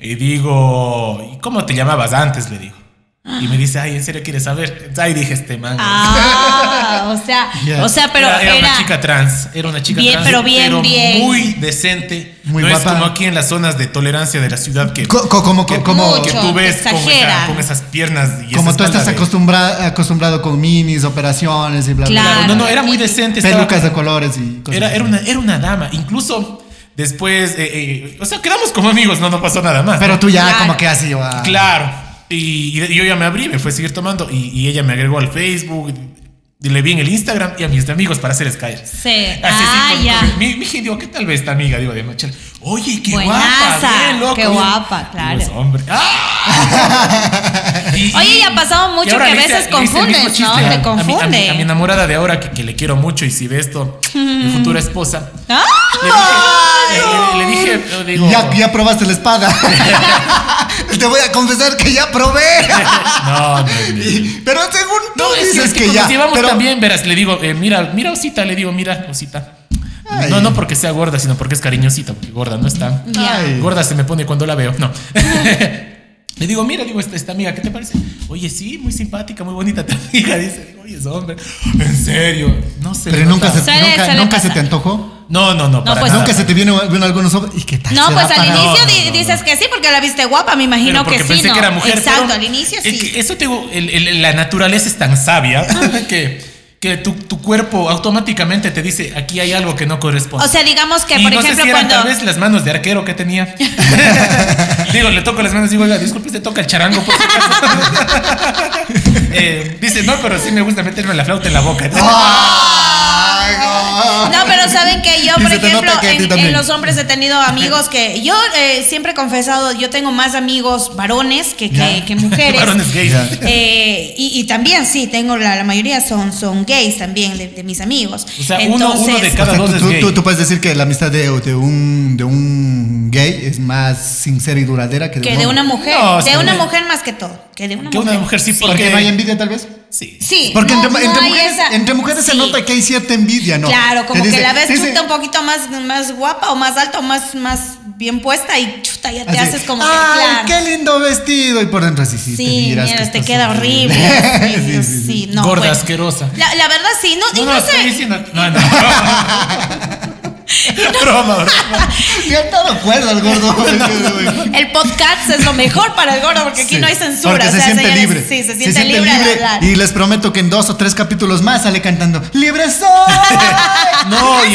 Speaker 4: Y digo, ¿y cómo te llamabas antes? Le digo. Y me dice, ay, ¿en serio quieres saber? Ay, dije este man.
Speaker 3: Ah, o sea,
Speaker 2: Ya.
Speaker 3: o sea, pero
Speaker 4: era,
Speaker 3: era,
Speaker 4: era una chica trans. Era una chica
Speaker 3: Bien,
Speaker 4: trans.
Speaker 3: pero bien, bien.
Speaker 4: Muy decente.
Speaker 2: Muy
Speaker 4: no
Speaker 2: guapa.
Speaker 4: es como aquí en las zonas de tolerancia de la ciudad que,
Speaker 2: Co- co- como,
Speaker 4: que-
Speaker 2: como,
Speaker 3: Mucho.
Speaker 4: que tú ves con,
Speaker 3: Exagera.
Speaker 4: esa- con esas piernas y
Speaker 2: como
Speaker 4: esa
Speaker 2: tú
Speaker 4: espalda
Speaker 2: estás
Speaker 4: de-
Speaker 2: acostumbrado, acostumbrado con minis, operaciones y bla, bla,
Speaker 3: Claro.
Speaker 2: bla.
Speaker 4: No, no, era muy decente. estaba-
Speaker 2: Pelucas de colores y cosas.
Speaker 4: Era, era, una, era una dama. Incluso después, eh, eh, o sea, quedamos como amigos, no, no pasó nada más.
Speaker 2: Pero tú ya
Speaker 3: Claro.
Speaker 2: como que así, ah,
Speaker 4: Claro. Y, y yo ya me abrí, me fue a seguir tomando. Y, y ella me agregó al Facebook. Y le vi en el Instagram y a mis amigos para hacer Skype.
Speaker 3: Sí.
Speaker 4: Así,
Speaker 3: Ah,
Speaker 4: así, con-
Speaker 3: ya.
Speaker 4: con- Mi, mi hija, digo, ¿qué tal vez esta amiga? Digo, de Michelle. Oye, qué guapa.
Speaker 3: Buenaza,
Speaker 4: bien, loco,
Speaker 3: qué
Speaker 4: bien".
Speaker 3: guapa,
Speaker 4: Digo,
Speaker 3: claro.
Speaker 4: "Es hombre. ¡Ah!
Speaker 3: Oye, y ha pasado mucho
Speaker 4: ahora
Speaker 3: que a
Speaker 4: le hice-
Speaker 3: veces
Speaker 4: le hice el mismo
Speaker 3: confundes, ¿no?
Speaker 4: chiste
Speaker 3: Te
Speaker 4: a- a mi- a mi-
Speaker 3: confunde.
Speaker 4: A mi enamorada de ahora, que, que le quiero mucho y si ve esto, mi futura esposa.
Speaker 3: ¡Ah!
Speaker 4: Le dije, le, le- le dije, yo digo,
Speaker 2: Ya, ya probaste la espada. Te voy a confesar que ya probé.
Speaker 4: no, no, no.
Speaker 2: Y- pero según tú
Speaker 4: No, es,
Speaker 2: dices
Speaker 4: es que,
Speaker 2: que,
Speaker 4: como
Speaker 2: ya.
Speaker 4: si vamos
Speaker 2: pero-
Speaker 4: también, verás, le digo, eh, mira, mira Osita, le digo, mira Osita.
Speaker 2: Ay.
Speaker 4: No, no porque sea gorda, sino porque es cariñosita, porque gorda no está.
Speaker 3: Ya.
Speaker 2: Ay.
Speaker 4: Gorda se me pone cuando la veo, no. le digo, mira, digo, esta, esta amiga, ¿qué te parece? Oye, sí, muy simpática, muy bonita tu amiga, dice. Digo, Oye, es hombre, en serio, no sé.
Speaker 2: Pero nunca, se,
Speaker 3: Suele-
Speaker 2: nunca,
Speaker 3: suele
Speaker 2: nunca se
Speaker 3: pasar.
Speaker 2: te antojó.
Speaker 4: No, no, no, para
Speaker 3: pues-
Speaker 4: nada.
Speaker 2: Nunca se te viene vienen algunos ojos. ¿Y qué tal?
Speaker 3: No,
Speaker 2: se
Speaker 3: pues
Speaker 2: va
Speaker 3: al
Speaker 2: para-
Speaker 3: inicio
Speaker 4: No,
Speaker 3: di-
Speaker 4: no, no,
Speaker 3: dices que sí porque la viste guapa, me imagino
Speaker 4: Pero porque
Speaker 3: que sí,
Speaker 4: pensé
Speaker 3: ¿no?
Speaker 4: que era mujer.
Speaker 3: Exacto,
Speaker 4: pero
Speaker 3: al inicio sí.
Speaker 4: es que eso te digo, el- el- la naturaleza es tan sabia que, que tu, tu cuerpo automáticamente te dice, aquí hay algo que no corresponde.
Speaker 3: O sea, digamos que,
Speaker 4: Y
Speaker 3: por
Speaker 4: no sé
Speaker 3: ejemplo,
Speaker 4: si eran
Speaker 3: cuando.
Speaker 4: tal vez las manos de arquero que tenía. digo, le toco las manos y digo, oiga, disculpe, te toca el charango. Por si acaso?" Eh, dice, no, pero sí me gusta meterme la flauta en la boca.
Speaker 2: Ay, no.
Speaker 3: No, pero saben que yo,
Speaker 2: Y
Speaker 3: por
Speaker 2: se te
Speaker 3: ejemplo,
Speaker 2: nota que a ti
Speaker 3: en,
Speaker 2: también.
Speaker 3: en los hombres he tenido amigos que yo eh, siempre he confesado, yo tengo más amigos varones que, que,
Speaker 2: Ya.
Speaker 3: que mujeres.
Speaker 4: Varones gays.
Speaker 2: Ya.
Speaker 3: Eh, y, y también, sí, tengo la, la mayoría son, son gays también de, de mis amigos.
Speaker 4: O sea, uno- uno de
Speaker 2: O
Speaker 4: Cada
Speaker 2: sea,
Speaker 4: dos
Speaker 2: tú-
Speaker 4: es
Speaker 2: tú,
Speaker 4: gay.
Speaker 2: tú- tú puedes decir que la amistad de, de un, de un gay es más sincera y duradera que de,
Speaker 3: Que
Speaker 2: un
Speaker 3: de
Speaker 2: hombre.
Speaker 3: una mujer.
Speaker 4: No,
Speaker 3: de
Speaker 4: sí,
Speaker 3: una
Speaker 4: no.
Speaker 3: mujer más que todo. Que de una
Speaker 4: Que
Speaker 3: mujer.
Speaker 4: una mujer sí, porque...
Speaker 2: Porque no hay envidia, tal vez.
Speaker 4: Sí.
Speaker 3: Sí.
Speaker 2: Porque
Speaker 3: no-
Speaker 2: entre,
Speaker 3: no
Speaker 2: entre
Speaker 3: hay
Speaker 2: mujeres,
Speaker 3: esa-
Speaker 2: entre mujeres se
Speaker 3: sí.
Speaker 2: nota que hay cierta envidia, ¿no?
Speaker 3: Claro, como
Speaker 2: Te
Speaker 3: que
Speaker 2: dice-
Speaker 3: la ves
Speaker 2: dice-
Speaker 3: chuta un poquito más, más guapa o más alta o más, más bien puesta y chuta, ya te
Speaker 2: así,
Speaker 3: haces como que,
Speaker 2: ¡Ay,
Speaker 3: claro.
Speaker 2: qué lindo vestido! Y por dentro así, sí,
Speaker 3: Sí,
Speaker 2: te miras que
Speaker 3: mira, te
Speaker 2: estás
Speaker 3: queda horrible. Sí, sí, sí, no,
Speaker 4: Gorda,
Speaker 3: bueno.
Speaker 4: asquerosa.
Speaker 3: La, la verdad sí, no,
Speaker 4: No, no,
Speaker 3: incluso-
Speaker 4: estoy diciendo... No, no. broma, broma.
Speaker 2: Ya te lo acuerdas, gordo.
Speaker 3: el podcast es lo mejor para el gordo porque aquí
Speaker 2: Sí,
Speaker 3: no hay censura.
Speaker 2: Porque
Speaker 3: o
Speaker 2: se
Speaker 3: sea,
Speaker 2: siente
Speaker 3: señores,
Speaker 2: libre.
Speaker 3: Sí, se siente, libre, al hablar.
Speaker 2: Y les prometo que en dos o tres capítulos más sale cantando ¡Libre soy!
Speaker 4: No, y,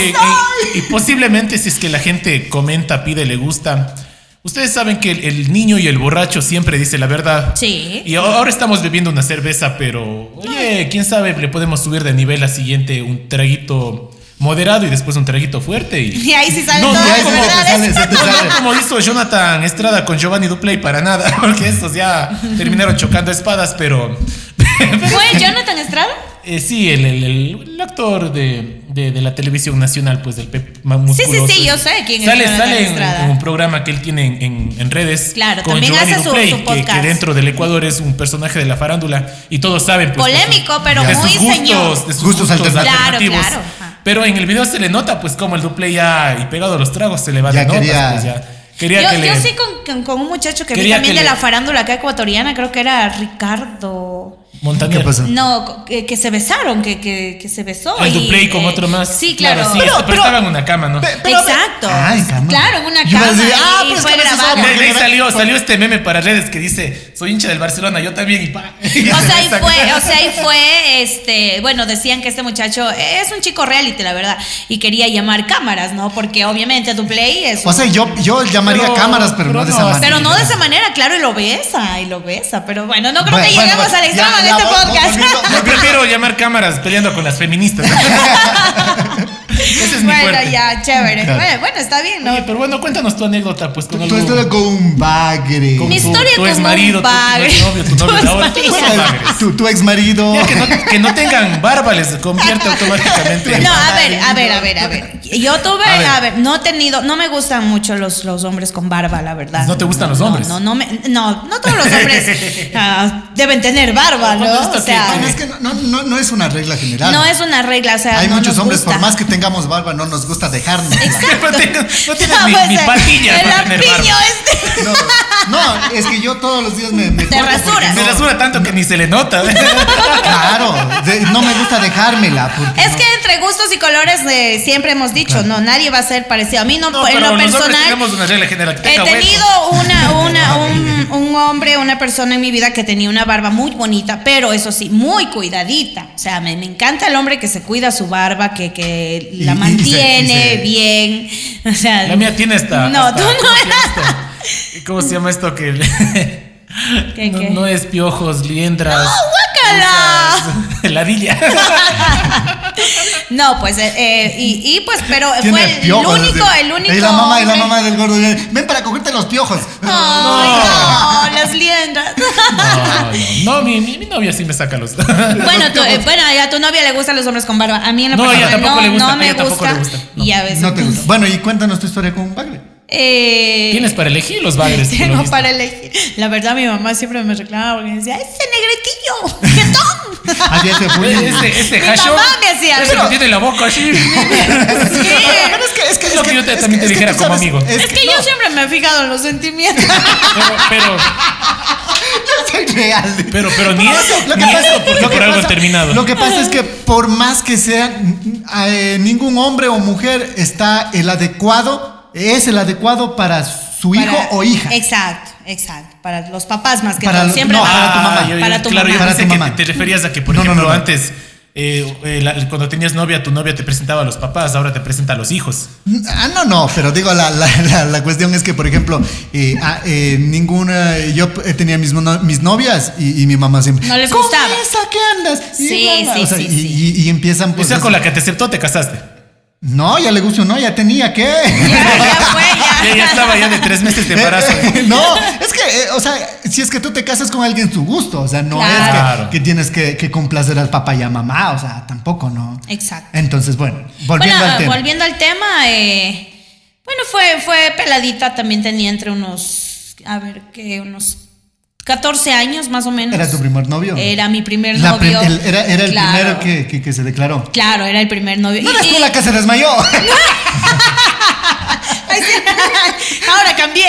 Speaker 4: y- y posiblemente si es que la gente comenta, pide, le gusta. Ustedes saben que el, el niño y el borracho siempre dice la verdad.
Speaker 3: Sí.
Speaker 4: Y a- ahora estamos bebiendo una cerveza, pero oye, quién sabe, le podemos subir de nivel a siguiente un traguito moderado y después un traguito fuerte. Y,
Speaker 3: Y ahí sí salen
Speaker 4: No,
Speaker 3: todas
Speaker 4: y ahí
Speaker 3: las
Speaker 4: sí te
Speaker 2: sale,
Speaker 3: verdades.
Speaker 2: se te
Speaker 4: No,
Speaker 2: sale.
Speaker 4: no como hizo Jonathan Estrada con Giovanni Duplay para nada, porque estos ya terminaron chocando espadas, pero
Speaker 3: ¿Fue Jonathan Estrada?
Speaker 4: eh, sí, el, el- el- el actor de, de- de la televisión nacional, pues del Pep Ma-
Speaker 3: sí,
Speaker 4: musculoso,
Speaker 3: sí, yo
Speaker 4: ese.
Speaker 3: sé quién es
Speaker 4: sale,
Speaker 3: Jonathan
Speaker 4: Sale en-
Speaker 3: Estrada.
Speaker 4: en, un programa que él tiene en, en- en redes.
Speaker 3: Claro,
Speaker 4: con
Speaker 3: también
Speaker 4: Giovanni
Speaker 3: hace su-
Speaker 4: Duplay,
Speaker 3: su
Speaker 4: que-
Speaker 3: podcast.
Speaker 4: Que, dentro del Ecuador es un personaje de la farándula y todos saben. pues, de
Speaker 3: Polémico,
Speaker 4: sus-
Speaker 3: pero
Speaker 4: de
Speaker 3: muy
Speaker 4: sus gustos,
Speaker 3: señor.
Speaker 4: De sus
Speaker 2: Gustos
Speaker 4: gustos
Speaker 2: alternativos.
Speaker 3: Claro,
Speaker 4: alternativos.
Speaker 3: claro, ajá.
Speaker 4: Pero en el video se le nota, pues, como el Duplay ya y pegado a los tragos se le va
Speaker 2: Ya
Speaker 4: de notas,
Speaker 2: quería-
Speaker 4: pues, ya. Quería
Speaker 3: yo,
Speaker 4: que le.
Speaker 3: yo sí con, con- con un muchacho que vi
Speaker 4: Quería
Speaker 3: también
Speaker 4: que
Speaker 3: de
Speaker 4: le-
Speaker 3: la farándula acá ecuatoriana, creo que era Ricardo.
Speaker 4: Montaner.
Speaker 2: ¿Qué pasó?
Speaker 3: No, co- que, que se besaron, que, que, que se besó.
Speaker 4: El
Speaker 3: y,
Speaker 4: Duplay con
Speaker 3: eh,
Speaker 4: otro más.
Speaker 3: Sí, claro.
Speaker 4: sí, pero, estaba en una cama, ¿no?
Speaker 3: Exacto.
Speaker 2: Ah, en cama.
Speaker 3: Claro, en una
Speaker 2: Yo iba a
Speaker 3: cama.
Speaker 2: decir, ah,
Speaker 3: y
Speaker 2: pero es
Speaker 3: fue
Speaker 2: que a veces
Speaker 3: grabado.
Speaker 2: hablan.
Speaker 4: De- de ahí salió, salió este meme para redes que dice, soy hincha del Barcelona, yo también y pa.
Speaker 3: O sea, ahí fue, o sea, ahí fue, este, bueno, decían que este muchacho es un chico reality, la verdad, y quería llamar cámaras, ¿no? Porque obviamente Duplay es.
Speaker 2: O sea, yo, yo llamaría
Speaker 4: Pero-
Speaker 2: cámaras, pero,
Speaker 4: pero
Speaker 2: no de
Speaker 4: no,
Speaker 2: esa manera.
Speaker 3: pero no de esa manera, claro, y lo besa, y lo besa, pero bueno, no creo
Speaker 2: Bueno,
Speaker 3: que
Speaker 2: bueno,
Speaker 3: lleguemos
Speaker 2: bueno,
Speaker 3: al
Speaker 2: ya,
Speaker 3: extremo de
Speaker 2: ya,
Speaker 3: este
Speaker 2: vamos
Speaker 3: podcast.
Speaker 2: volviendo.
Speaker 4: Yo prefiero llamar cámaras peleando con las feministas. Ese es mi
Speaker 3: bueno,
Speaker 4: fuerte.
Speaker 3: ya, chévere.
Speaker 2: Claro.
Speaker 3: Bueno, bueno, está bien, ¿no?
Speaker 4: Oye, pero bueno, cuéntanos tu anécdota, pues con
Speaker 2: Tú,
Speaker 4: algo-
Speaker 2: tú estás con un bagre.
Speaker 4: con
Speaker 3: Mi
Speaker 4: tu-
Speaker 3: historia
Speaker 4: tu
Speaker 3: como
Speaker 4: exmarido,
Speaker 3: un
Speaker 4: tu-
Speaker 3: bagre.
Speaker 4: tu novio, tu
Speaker 3: Tu
Speaker 4: novio de ahora,
Speaker 3: exmarido.
Speaker 4: todos son bagres.
Speaker 2: tu, tu ex marido.
Speaker 4: Ya que no, que no tengan barba les convierte automáticamente. en-
Speaker 3: No, a ver, a ver, a ver, a ver. Yo tuve,
Speaker 4: A
Speaker 3: a
Speaker 4: ver.
Speaker 3: ver, no he tenido, no me gustan mucho los, los hombres con barba, la verdad.
Speaker 4: ¿No te gustan los
Speaker 3: no,
Speaker 4: hombres?
Speaker 3: No, no, me, no, no todos los hombres ah, deben tener barba, ¿no?
Speaker 4: ¿Cuánto
Speaker 3: O
Speaker 4: pues esto
Speaker 3: sea,
Speaker 2: Bueno, es que no, no, no, no es una regla general.
Speaker 3: no es una regla, o sea,
Speaker 2: Hay
Speaker 3: no
Speaker 2: muchos
Speaker 3: nos
Speaker 2: hombres,
Speaker 3: gusta.
Speaker 2: por más que tengamos barba, no nos gusta dejarnos.
Speaker 4: No tengo- no tienes ni-
Speaker 3: pues,
Speaker 4: ni
Speaker 3: eh,
Speaker 4: patillas
Speaker 3: El
Speaker 4: para tener barba.
Speaker 3: lampiño este.
Speaker 2: No, no, es que yo todos los días me. me
Speaker 3: Te
Speaker 2: corto porque
Speaker 3: rasuras.
Speaker 4: Se
Speaker 2: no-
Speaker 4: rasura tanto que ni se le nota.
Speaker 2: Claro, de- no me gusta dejármela. porque
Speaker 3: Es
Speaker 2: no-
Speaker 3: que entre gustos y colores eh, siempre hemos dicho, no, nadie va a ser parecido. A mí no,
Speaker 4: No,
Speaker 3: en
Speaker 4: pero
Speaker 3: lo
Speaker 4: los hombres
Speaker 3: personal.
Speaker 4: tenemos una regla general.
Speaker 3: He
Speaker 4: Cacahuetes.
Speaker 3: tenido una, una, un, un hombre, una persona en mi vida que tenía una barba muy bonita, pero eso sí, muy cuidadita. O sea, me, me encanta el hombre que se cuida su barba, que, que
Speaker 4: Y-
Speaker 3: la
Speaker 4: y se- y
Speaker 3: mantiene
Speaker 4: se-
Speaker 3: bien. O sea,
Speaker 4: La mía tiene esta.
Speaker 3: No,
Speaker 4: hasta-
Speaker 3: tú
Speaker 4: ¿cómo se llama
Speaker 3: no eras.
Speaker 4: esto? ¿Cómo se llama esto que.?
Speaker 3: ¿Qué,
Speaker 4: no,
Speaker 3: qué?
Speaker 4: no es piojos, liendras.
Speaker 3: ¡Oh, ¡Guácala!
Speaker 4: esas- Ladilla.
Speaker 3: No, pues, eh, eh, y, y, pues, pero
Speaker 2: Tiene
Speaker 3: fue el
Speaker 2: piojos,
Speaker 3: único,
Speaker 2: así.
Speaker 3: el único.
Speaker 2: Y la mamá, y la
Speaker 3: hombre-
Speaker 2: mamá del gordo. Ven para cogerte los piojos.
Speaker 3: Ay, no, las liendras.
Speaker 4: No, no, no, mi, mi, mi novia sí me saca los.
Speaker 3: Bueno, tu- eh, bueno, a tu novia le gustan los hombres con barba. A mí en lo
Speaker 4: No, a ella
Speaker 3: personal
Speaker 4: tampoco le gusta,
Speaker 3: no
Speaker 4: a
Speaker 3: me
Speaker 4: ella tampoco
Speaker 3: gusta.
Speaker 4: le gusta, no.
Speaker 3: Y a veces. pues,
Speaker 2: No te gusta. Bueno, y cuéntanos tu historia con un bagre.
Speaker 3: Eh,
Speaker 4: Tienes para elegir los bagres. por lo
Speaker 3: Tengo
Speaker 4: visto.
Speaker 3: para elegir. La verdad, mi mamá siempre me reclamaba porque decía, ese negretillo, ¡qué tom!
Speaker 2: Así es, se fue.
Speaker 4: Este, este
Speaker 3: Mi
Speaker 4: hasho.
Speaker 3: mamá me hacía.
Speaker 4: Este que tiene la boca así.
Speaker 2: Pero es que es, que,
Speaker 4: Es lo que yo te- también te
Speaker 2: tú
Speaker 4: dijera como amigo.
Speaker 3: Es que yo siempre me he fijado en los sentimientos.
Speaker 4: Pero, pero,
Speaker 2: no soy real.
Speaker 4: pero, pero ni eso.
Speaker 2: Lo que
Speaker 4: ni
Speaker 2: pasa-
Speaker 4: eso, porque
Speaker 2: lo que
Speaker 4: por algo
Speaker 2: pasa-
Speaker 4: han terminado.
Speaker 2: Lo que pasa es que por más que sea, n- eh, ningún hombre o mujer está el adecuado, es el adecuado para su hijo
Speaker 3: Para-
Speaker 2: o hija.
Speaker 3: Exacto, exacto. Para los papás más que
Speaker 2: Para-
Speaker 3: todo. Siempre
Speaker 2: no,
Speaker 3: va-
Speaker 2: para tu mamá.
Speaker 4: yo- yo-
Speaker 3: Para tu
Speaker 4: claro,
Speaker 3: mamá.
Speaker 4: yo
Speaker 2: Ah, Para
Speaker 4: pensé
Speaker 2: tu
Speaker 4: que
Speaker 2: mamá.
Speaker 4: te referías a que, por
Speaker 2: No, no,
Speaker 4: ejemplo,
Speaker 2: no, no.
Speaker 4: antes, eh, eh, la- cuando tenías novia, tu novia te presentaba a los papás, ahora te presenta a los hijos.
Speaker 2: Ah, no, no, pero digo, la, la- la- la cuestión es que, por ejemplo, eh, ah, eh, ninguna, yo eh, tenía mis, mono- mis novias y, y mi mamá siempre...
Speaker 3: No les
Speaker 2: "¿Con
Speaker 3: gustaba".
Speaker 2: esa qué andas? Y
Speaker 3: Sí,
Speaker 2: bla, bla,
Speaker 3: sí,
Speaker 2: o sea,
Speaker 3: sí,
Speaker 2: y,
Speaker 3: sí.
Speaker 2: y- y empiezan...
Speaker 4: O
Speaker 2: Pues,
Speaker 4: sea, con
Speaker 2: así,
Speaker 4: la que te aceptó, te casaste.
Speaker 2: No, ya le gustó, no, ya tenía, ¿qué?
Speaker 3: Ya, ya fue, ya.
Speaker 4: Ya, ya estaba ya de tres meses de embarazo.
Speaker 2: no, es que, eh, o sea, si es que tú te casas con alguien tu gusto, o sea, no es que-
Speaker 4: Claro.
Speaker 2: que, tienes que, que complacer al papá y a mamá, o sea, tampoco, ¿no?
Speaker 3: Exacto.
Speaker 2: Entonces, bueno, volviendo
Speaker 3: bueno,
Speaker 2: al tema.
Speaker 3: volviendo al tema, eh, bueno, fue, fue peladita, también tenía entre unos, a ver, que unos 14 años más o menos.
Speaker 2: ¿Era tu primer novio?
Speaker 3: Era mi primer
Speaker 2: La prim-
Speaker 3: novio.
Speaker 2: el- era, era el
Speaker 3: Claro.
Speaker 2: primero que, que- que se declaró.
Speaker 3: Claro, era el primer novio.
Speaker 2: No
Speaker 3: Y-
Speaker 2: eres
Speaker 3: y-
Speaker 2: tú la que se desmayó.
Speaker 3: Ahora cambié.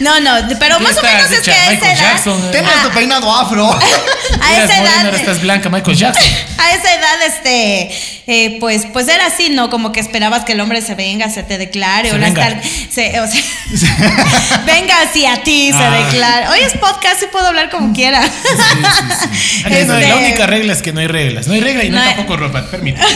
Speaker 3: no, no, pero
Speaker 4: Tú
Speaker 3: más o
Speaker 4: estás
Speaker 3: menos es que
Speaker 4: hecha
Speaker 3: a esa
Speaker 4: Michael
Speaker 3: edad.
Speaker 4: Jackson, eh.
Speaker 2: Tenías tu peinado afro.
Speaker 3: A
Speaker 4: Eras
Speaker 3: esa
Speaker 4: morena,
Speaker 3: edad.
Speaker 4: ahora estás blanca, Michael Jackson. Ah,
Speaker 3: A esa edad, este, eh, pues, pues era así, ¿no? Como que esperabas que el hombre se venga, se te declare,
Speaker 4: Se
Speaker 3: o las
Speaker 4: venga.
Speaker 3: tar- se- o sea, venga hacia ti, se
Speaker 4: Ah.
Speaker 3: declara. Hoy es podcast y puedo hablar como quiera.
Speaker 4: Aquí no hay- la
Speaker 3: Este,
Speaker 4: única regla es que no hay reglas. No hay regla y no,
Speaker 3: No
Speaker 4: hay
Speaker 3: hay-
Speaker 4: tampoco ropa. Permítame.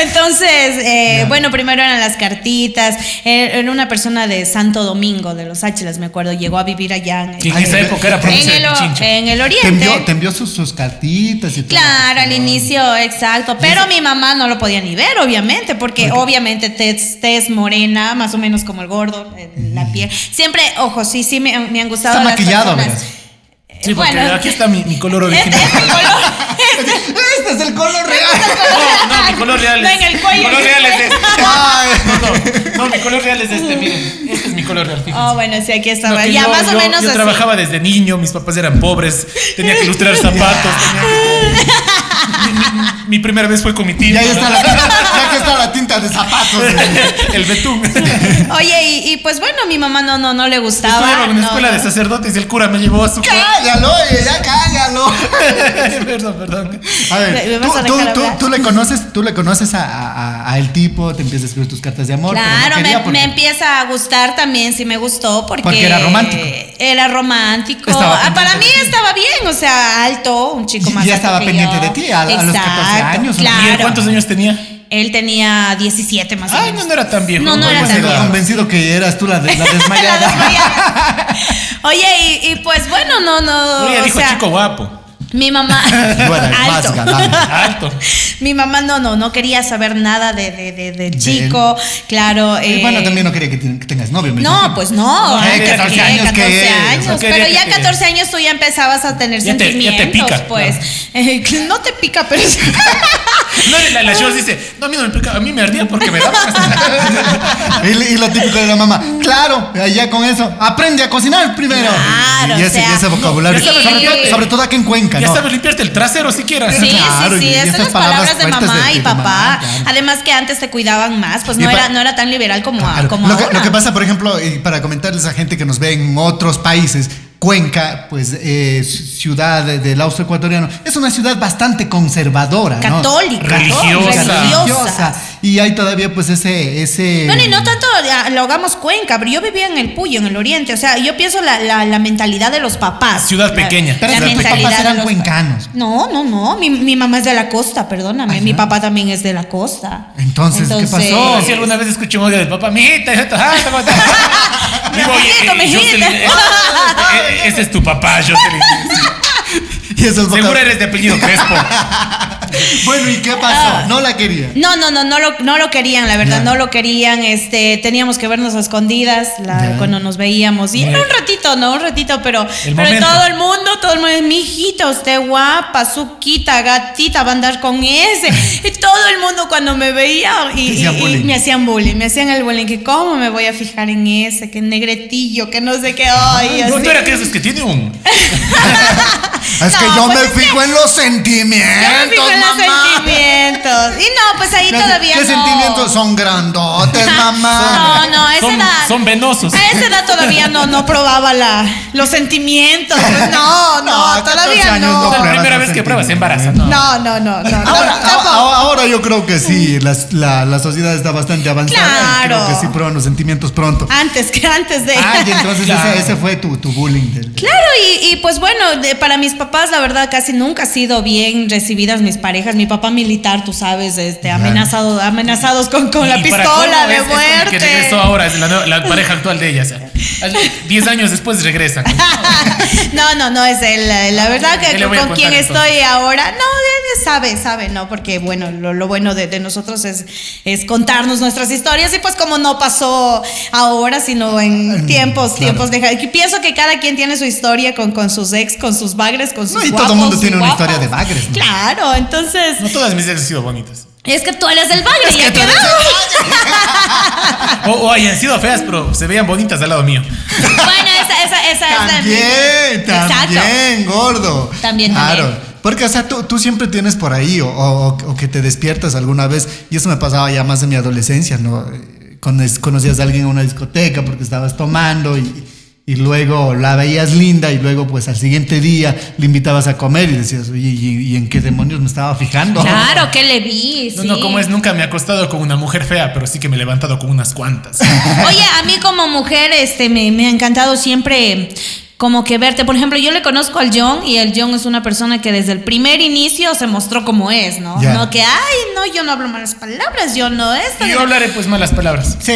Speaker 3: Entonces, eh, bueno, primero eran las cartitas. Era era una persona de Santo Domingo, de Los Ángeles, me acuerdo. Llegó a vivir allá en el,
Speaker 4: En esa época era provincia
Speaker 3: en
Speaker 4: de
Speaker 3: el o- eh,
Speaker 4: Pichincha.
Speaker 3: en el
Speaker 2: Te
Speaker 3: oriente.
Speaker 2: envió, te envió sus, sus cartitas y todo.
Speaker 3: Claro, al inicio, exacto. Pero mi mamá no lo podía ni ver, obviamente, porque obviamente te te es morena, más o menos como el gordo, eh, la piel. Siempre, ojo, sí, sí me, han- me han gustado.
Speaker 2: Está
Speaker 3: las
Speaker 2: maquillado,
Speaker 3: personas.
Speaker 2: verás.
Speaker 3: Eh,
Speaker 4: Sí, porque
Speaker 3: bueno,
Speaker 4: aquí está mi, mi color
Speaker 3: este
Speaker 4: original.
Speaker 3: es el color.
Speaker 2: Este es el color real.
Speaker 4: No, no, mi color real
Speaker 3: No,
Speaker 4: es.
Speaker 3: en el cuello.
Speaker 4: Mi color real es este.
Speaker 2: Ay.
Speaker 4: No, no, mi color real es este, miren. Este es mi color real. fíjense.
Speaker 3: Oh, bueno, sí, aquí
Speaker 4: No,
Speaker 3: estaba.
Speaker 4: que
Speaker 3: ya,
Speaker 4: yo-
Speaker 3: más o
Speaker 4: yo-
Speaker 3: menos
Speaker 4: Yo
Speaker 3: así.
Speaker 4: trabajaba desde niño, mis papás eran pobres, tenía que ilustrar zapatos. tenía que- mi, mi- mi primera vez fue con mi
Speaker 2: Y
Speaker 4: tía.
Speaker 2: ahí está la tinta, ya que está la tinta de zapatos.
Speaker 4: El betún.
Speaker 3: Oye, y, y, pues bueno, mi mamá no, no, no le gustaba.
Speaker 4: Estudiaba en una
Speaker 3: no,
Speaker 4: escuela
Speaker 3: no.
Speaker 4: de sacerdotes y el cura me llevó a su.
Speaker 2: Cállalo, oye, ya cállalo.
Speaker 4: perdón, perdón.
Speaker 2: A
Speaker 3: ¿Me
Speaker 2: ver, tú,
Speaker 3: vas a
Speaker 2: tú-
Speaker 3: dejar
Speaker 2: tú-
Speaker 3: hablar?
Speaker 2: tú le conoces, tú le conoces a, a- a- a el tipo, te empiezas a escribir tus cartas de amor. pero no
Speaker 3: Claro, me-
Speaker 2: quería
Speaker 3: me,
Speaker 2: porque-
Speaker 3: empieza a gustar también, sí me gustó porque...
Speaker 2: Porque era romántico.
Speaker 3: Era romántico.
Speaker 2: Estaba
Speaker 3: Ah, para mí
Speaker 2: pendiente de ti.
Speaker 3: estaba bien, o sea, alto, un chico
Speaker 2: Y-
Speaker 3: más
Speaker 2: ya
Speaker 3: alto
Speaker 2: estaba
Speaker 3: que
Speaker 2: pendiente
Speaker 3: yo.
Speaker 2: de ti, a- a los 14
Speaker 3: Exacto,
Speaker 2: años, ¿o no?
Speaker 4: ¿Y él
Speaker 3: Claro.
Speaker 4: cuántos años tenía?
Speaker 3: Él tenía 17 más o
Speaker 4: Ah,
Speaker 3: menos.
Speaker 4: no, no era tan viejo.
Speaker 3: No, no
Speaker 4: Bueno,
Speaker 3: era
Speaker 2: Pues
Speaker 4: esa
Speaker 3: tan
Speaker 2: quedó
Speaker 4: edad.
Speaker 3: viejo.
Speaker 2: convencido que eras tú la, de- la
Speaker 3: La
Speaker 2: desmayada.
Speaker 3: desmayada. Oye, y, y pues bueno, no, no.
Speaker 4: Ella
Speaker 3: o
Speaker 4: dijo
Speaker 3: sea,
Speaker 4: chico guapo,
Speaker 3: mi mamá.
Speaker 2: Tú eras más
Speaker 3: alto.
Speaker 2: galán.
Speaker 4: alto.
Speaker 3: Mi mamá no, no, no quería saber nada de, de, de- del
Speaker 2: De
Speaker 3: chico, claro.
Speaker 2: Y
Speaker 3: eh,
Speaker 2: bueno, también no quería que, te- que tengas novio. me
Speaker 3: No,
Speaker 2: imagino.
Speaker 3: pues no.
Speaker 4: No,
Speaker 3: ay,
Speaker 4: ¿qué 14
Speaker 3: ¿qué?
Speaker 2: años
Speaker 3: 14
Speaker 2: qué?
Speaker 3: años,
Speaker 4: No quería
Speaker 3: pero
Speaker 4: que
Speaker 3: ya
Speaker 4: te-
Speaker 3: 14 años tú ya empezabas a tener
Speaker 4: Ya te- ya te
Speaker 3: sentimientos,
Speaker 4: pica,
Speaker 3: pues. Eh, no te pica, pero es-
Speaker 4: No, la, la Shorts dice, no, a mí no me pica, a mí me ardía porque me daba
Speaker 3: pues.
Speaker 2: Y, le- y lo típico de la mamá. Claro, ya con eso. Aprende a cocinar primero.
Speaker 3: Claro,
Speaker 2: y
Speaker 3: o
Speaker 2: ese,
Speaker 3: sea,
Speaker 2: y ese vocabulario.
Speaker 4: ya sabes
Speaker 2: sobre, todo,
Speaker 4: limpiarte.
Speaker 2: sobre todo aquí en Cuenca,
Speaker 4: Ya
Speaker 2: ¿no?
Speaker 4: sabes limpiarte el trasero si quieras.
Speaker 3: Sí,
Speaker 2: Claro,
Speaker 3: sí,
Speaker 2: y- y
Speaker 3: sí, esas son
Speaker 2: esas
Speaker 3: las palabras,
Speaker 2: palabras
Speaker 3: de
Speaker 2: fuertes
Speaker 3: mamá
Speaker 2: de-
Speaker 3: y
Speaker 2: de tu
Speaker 3: papá.
Speaker 2: mamá, claro.
Speaker 3: Además que antes te cuidaban más, pues
Speaker 2: Y
Speaker 3: no
Speaker 2: pa-
Speaker 3: era, no era tan liberal como, a-
Speaker 2: Claro.
Speaker 3: como
Speaker 2: lo, que,
Speaker 3: ahora.
Speaker 2: lo que pasa, por ejemplo, y para comentarles a gente que nos ve en otros países, Cuenca, pues eh, ciudad de- del Austro Ecuatoriano, es una ciudad bastante conservadora. ¿no?
Speaker 3: Católica.
Speaker 4: Religiosa.
Speaker 3: religiosa.
Speaker 2: Y hay todavía pues ese... ese
Speaker 3: Bueno, y no tanto ah, lo hagamos Cuenca, pero yo vivía en el Puyo, en el Oriente. O sea, yo pienso la, la- la mentalidad de los papás.
Speaker 4: Ciudad pequeña.
Speaker 3: La,
Speaker 2: Pero
Speaker 3: la
Speaker 2: tus
Speaker 3: mentalidad
Speaker 2: papás
Speaker 3: de
Speaker 2: eran
Speaker 3: los
Speaker 2: cuencanos.
Speaker 3: pa- No, no, no. Mi, mi mamá es de la costa, perdóname. mi papá también es de la costa.
Speaker 2: Entonces, ¿qué
Speaker 4: No,
Speaker 2: pasó?
Speaker 4: si alguna vez escuché un audio del papá, mijita, mijita, ah, ¿cómo estás? Digo, oye,
Speaker 3: Mijito,
Speaker 4: eh,
Speaker 3: mijita.
Speaker 4: Jocelyn, eh, eh, ese es tu papá, Jocelyn.
Speaker 2: Y esos vocab-
Speaker 4: Seguro eres de apellido Crespo.
Speaker 2: Bueno, ¿y qué pasó? No la quería.
Speaker 3: No, no, no, no lo, no lo querían, la verdad, no lo querían. Este, teníamos que vernos a escondidas la-
Speaker 2: Ya.
Speaker 3: cuando nos veíamos. Y
Speaker 4: Ya.
Speaker 3: era un ratito, ¿no? Un ratito, pero,
Speaker 4: El
Speaker 3: pero
Speaker 4: momento.
Speaker 3: todo el mundo, todo el mundo, mijita, usted guapa, suquita, gatita, va a andar con ese. y todo el mundo cuando me veía y,
Speaker 2: Te hacían
Speaker 3: y- y
Speaker 2: bullying.
Speaker 3: me hacían bullying, me hacían el bullying, que cómo me voy a fijar en ese, que negretillo, que no sé qué.
Speaker 2: Ah,
Speaker 3: Ay,
Speaker 4: No,
Speaker 3: así.
Speaker 4: tú eras que esos que tiene un.
Speaker 2: Es que
Speaker 3: No,
Speaker 2: yo
Speaker 3: pues
Speaker 2: me
Speaker 3: es que-
Speaker 2: fijo en los sentimientos,
Speaker 3: Yo me fijo en los
Speaker 2: mamá.
Speaker 3: sentimientos. Y no, pues ahí todavía
Speaker 2: ¿Qué
Speaker 3: no.
Speaker 2: sentimientos son grandotes, mamá?
Speaker 3: No, no, a esa
Speaker 4: Son,
Speaker 3: edad.
Speaker 4: son venosos.
Speaker 3: A esa edad todavía no, no probaba la, los sentimientos. Pues no, no,
Speaker 2: No, 14
Speaker 3: todavía
Speaker 2: años no
Speaker 3: no.
Speaker 4: la
Speaker 2: pruebas
Speaker 4: primera
Speaker 2: los
Speaker 4: vez que pruebas se
Speaker 2: sentimientos.
Speaker 4: embaraza. No.
Speaker 3: No, no, no, no.
Speaker 2: Ahora,
Speaker 3: no, tampoco.
Speaker 2: ahora- ahora yo creo que sí, las- la, la sociedad está bastante avanzada. y
Speaker 3: Claro. Ah,
Speaker 2: creo que sí prueban los sentimientos pronto.
Speaker 3: Antes que antes de.
Speaker 2: Ay, entonces
Speaker 4: Claro.
Speaker 2: ese, ese fue tu, tu bullying. del-
Speaker 3: Claro, y, y, pues bueno, de- para mis papás, la verdad, casi nunca ha sido bien recibidas mis parejas. Mi papá militar, tú sabes, este, amenazado, amenazados con, con la
Speaker 4: Y para
Speaker 3: pistola
Speaker 4: colmo,
Speaker 3: de
Speaker 4: es- es como
Speaker 3: muerte.
Speaker 4: Que regresó ahora, es la, nueva- la pareja actual de ella. o sea, Diez años después regresan.
Speaker 3: No, no, no, es el, eh, la verdad
Speaker 4: ¿Qué
Speaker 3: que
Speaker 4: le
Speaker 3: con
Speaker 4: voy a
Speaker 3: quien
Speaker 4: contar, entonces?
Speaker 3: estoy ahora, no, eh, sabe, sabe, no, porque bueno, lo, lo bueno de, de nosotros es, es contarnos nuestras historias y pues como no pasó ahora, sino en tiempos, tiempos de... que Pienso que cada quien tiene su historia con, con sus ex, con sus bagres, con sus...
Speaker 2: No, y todo
Speaker 3: guapos,
Speaker 2: mundo tiene
Speaker 3: sus
Speaker 2: una
Speaker 3: guapas.
Speaker 2: historia de bagres, ¿no?
Speaker 3: Claro, entonces...
Speaker 4: No todas mis ex han sido bonitas.
Speaker 3: Es que tú eres el bagre, ya quedamos.
Speaker 4: O, o hayan sido feas, pero se veían bonitas al lado mío.
Speaker 3: Bueno, esa, esa, esa, esa-
Speaker 2: También,
Speaker 3: Exacto.
Speaker 2: también, gordo.
Speaker 3: También,
Speaker 2: Claro.
Speaker 3: también.
Speaker 2: Porque, o sea, tú, tú siempre tienes por ahí, o, o- o que te despiertas alguna vez, y eso me pasaba ya más en mi adolescencia, ¿no? Eh, cono- Conocías a alguien en una discoteca porque estabas tomando y, y luego la veías linda y luego pues al siguiente día le invitabas a comer y decías, oye, ¿y, y en qué demonios me estaba fijando?
Speaker 3: Claro, que le vi.
Speaker 4: No, no,
Speaker 3: sí.
Speaker 4: como es, nunca me he acostado con una mujer fea, pero sí que me he levantado con unas cuantas.
Speaker 3: Oye, a mí como mujer, este, me, me ha encantado siempre como que verte. Por ejemplo, yo le conozco al John y el John es una persona que desde el primer inicio se mostró como es, ¿no?
Speaker 2: Ya.
Speaker 3: No que, ay, no, yo no hablo malas palabras, yo no esto.
Speaker 4: Y
Speaker 3: yo
Speaker 4: yo hablaré pues malas palabras.
Speaker 2: Sí.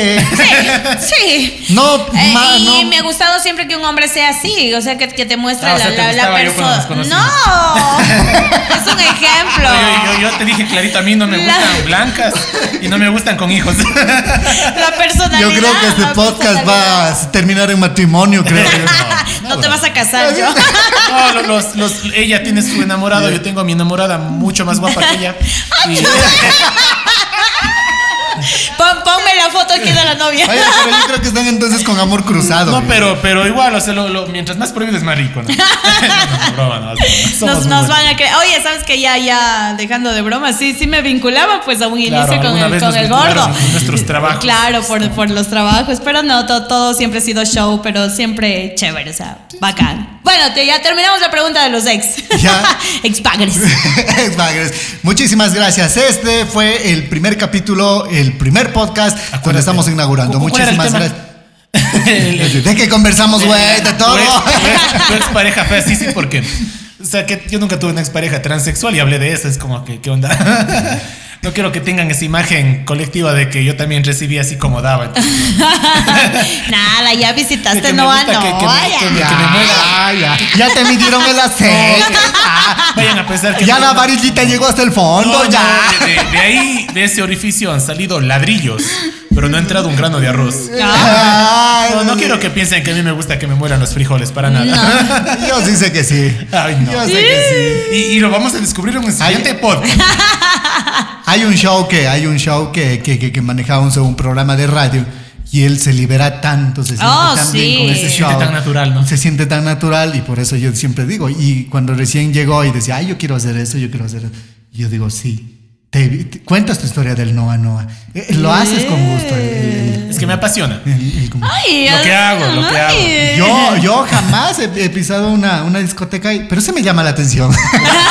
Speaker 3: Sí, sí.
Speaker 2: No,
Speaker 3: Eh,
Speaker 2: ma-
Speaker 3: y
Speaker 2: no.
Speaker 3: me ha gustado siempre que un hombre sea así, o sea, que, que te muestre
Speaker 4: Ah, o
Speaker 3: la,
Speaker 4: sea, te
Speaker 3: la- la
Speaker 4: gustaba yo cuando nos
Speaker 3: persona.
Speaker 4: conocimos.
Speaker 3: No, es un ejemplo.
Speaker 4: Yo, yo- yo te dije clarito, a mí no me
Speaker 3: La-
Speaker 4: gustan blancas y no me gustan con hijos.
Speaker 3: La personalidad.
Speaker 2: Yo creo que este
Speaker 3: la
Speaker 2: podcast va
Speaker 3: personalidad.
Speaker 2: a terminar en matrimonio, creo.
Speaker 3: No te vas a casar, yo.
Speaker 4: No, lo- los- los- ella tiene su enamorado, yo tengo a mi enamorada mucho más guapa que ella. Y-
Speaker 3: Pon- ponme la foto aquí de la novia.
Speaker 2: Oye, pero yo creo que están entonces con amor cruzado.
Speaker 4: no,
Speaker 2: güey.
Speaker 4: pero, pero igual, o sea, lo- lo- mientras más prohibido es más rico, ¿no? No, no, broma, no, broma. Somos
Speaker 3: Nos,
Speaker 4: muy
Speaker 3: nos
Speaker 4: buenos.
Speaker 3: van a creer. Oye, ¿sabes que Ya, ya, dejando de broma, sí, sí me vinculaba pues a un
Speaker 4: Claro,
Speaker 3: inicio con
Speaker 4: alguna
Speaker 3: el,
Speaker 4: vez
Speaker 3: con
Speaker 4: nos
Speaker 3: el gordo.
Speaker 4: vincularon con nuestros trabajos.
Speaker 3: Claro, por, por los trabajos, pero no, to- todo siempre ha sido show, pero siempre chévere, o sea, bacán. Bueno, te- ya terminamos la pregunta de los ex.
Speaker 2: Ya.
Speaker 3: ex bagres.
Speaker 2: Es bagres. Muchísimas gracias. Este fue el primer capítulo, el primer podcast cuando estamos inaugurando.
Speaker 4: ¿Cu- cuál era el
Speaker 2: Muchísimas
Speaker 4: tema? Eh,
Speaker 2: gracias.
Speaker 4: El- el-
Speaker 2: ¿De qué conversamos, Pues, güey? De todo.
Speaker 4: Tu expareja fue así, sí, porque. O sea, que yo nunca tuve una expareja transexual y hablé de eso. Es como que, ¿qué onda? No quiero que tengan esa imagen colectiva de que yo también recibí así como daba. Entonces,
Speaker 3: Nada, ya visitaste
Speaker 4: que me
Speaker 3: Noa
Speaker 4: gusta que- que
Speaker 3: Noa.
Speaker 4: me- que me-
Speaker 2: Ya,
Speaker 4: que
Speaker 2: ya,
Speaker 4: muera.
Speaker 2: ya te midieron el aceite.
Speaker 4: Vayan a pensar que.
Speaker 2: Ya
Speaker 4: no-
Speaker 2: la varillita llegó hasta el
Speaker 4: no,
Speaker 2: fondo.
Speaker 4: no,
Speaker 2: ya.
Speaker 4: de, de- de ahí, de ese orificio han salido ladrillos, pero no ha entrado un grano de arroz.
Speaker 2: Ay,
Speaker 4: No, no quiero que piensen que a mí me gusta que me mueran los frijoles, para nada.
Speaker 3: No.
Speaker 2: Yo sí sé que sí.
Speaker 4: Ay, no.
Speaker 2: Yo sé que sí.
Speaker 4: Y, y lo vamos a descubrir en el siguiente podcast.
Speaker 2: Hay un show que, hay un show que, que, que, que manejaba un, un programa de radio y él se libera tanto, se siente
Speaker 3: Oh,
Speaker 2: tan
Speaker 3: sí.
Speaker 2: bien con ese
Speaker 4: Se
Speaker 2: show.
Speaker 4: siente tan natural, ¿no?
Speaker 2: Se siente tan natural y por eso yo siempre digo, y cuando recién llegó y decía, ay, yo quiero hacer eso, yo quiero hacer eso, yo digo, sí. te, te- cuentas tu historia del Noa Noa. Eh, lo haces con gusto. el- el-
Speaker 3: Eh.
Speaker 4: Es que me apasiona.
Speaker 2: el- el- el- como-
Speaker 3: Ay,
Speaker 4: Lo que hago, lo que hago.
Speaker 3: ay.
Speaker 2: Yo, yo jamás he, he pisado una, una discoteca, y- pero se me llama la atención.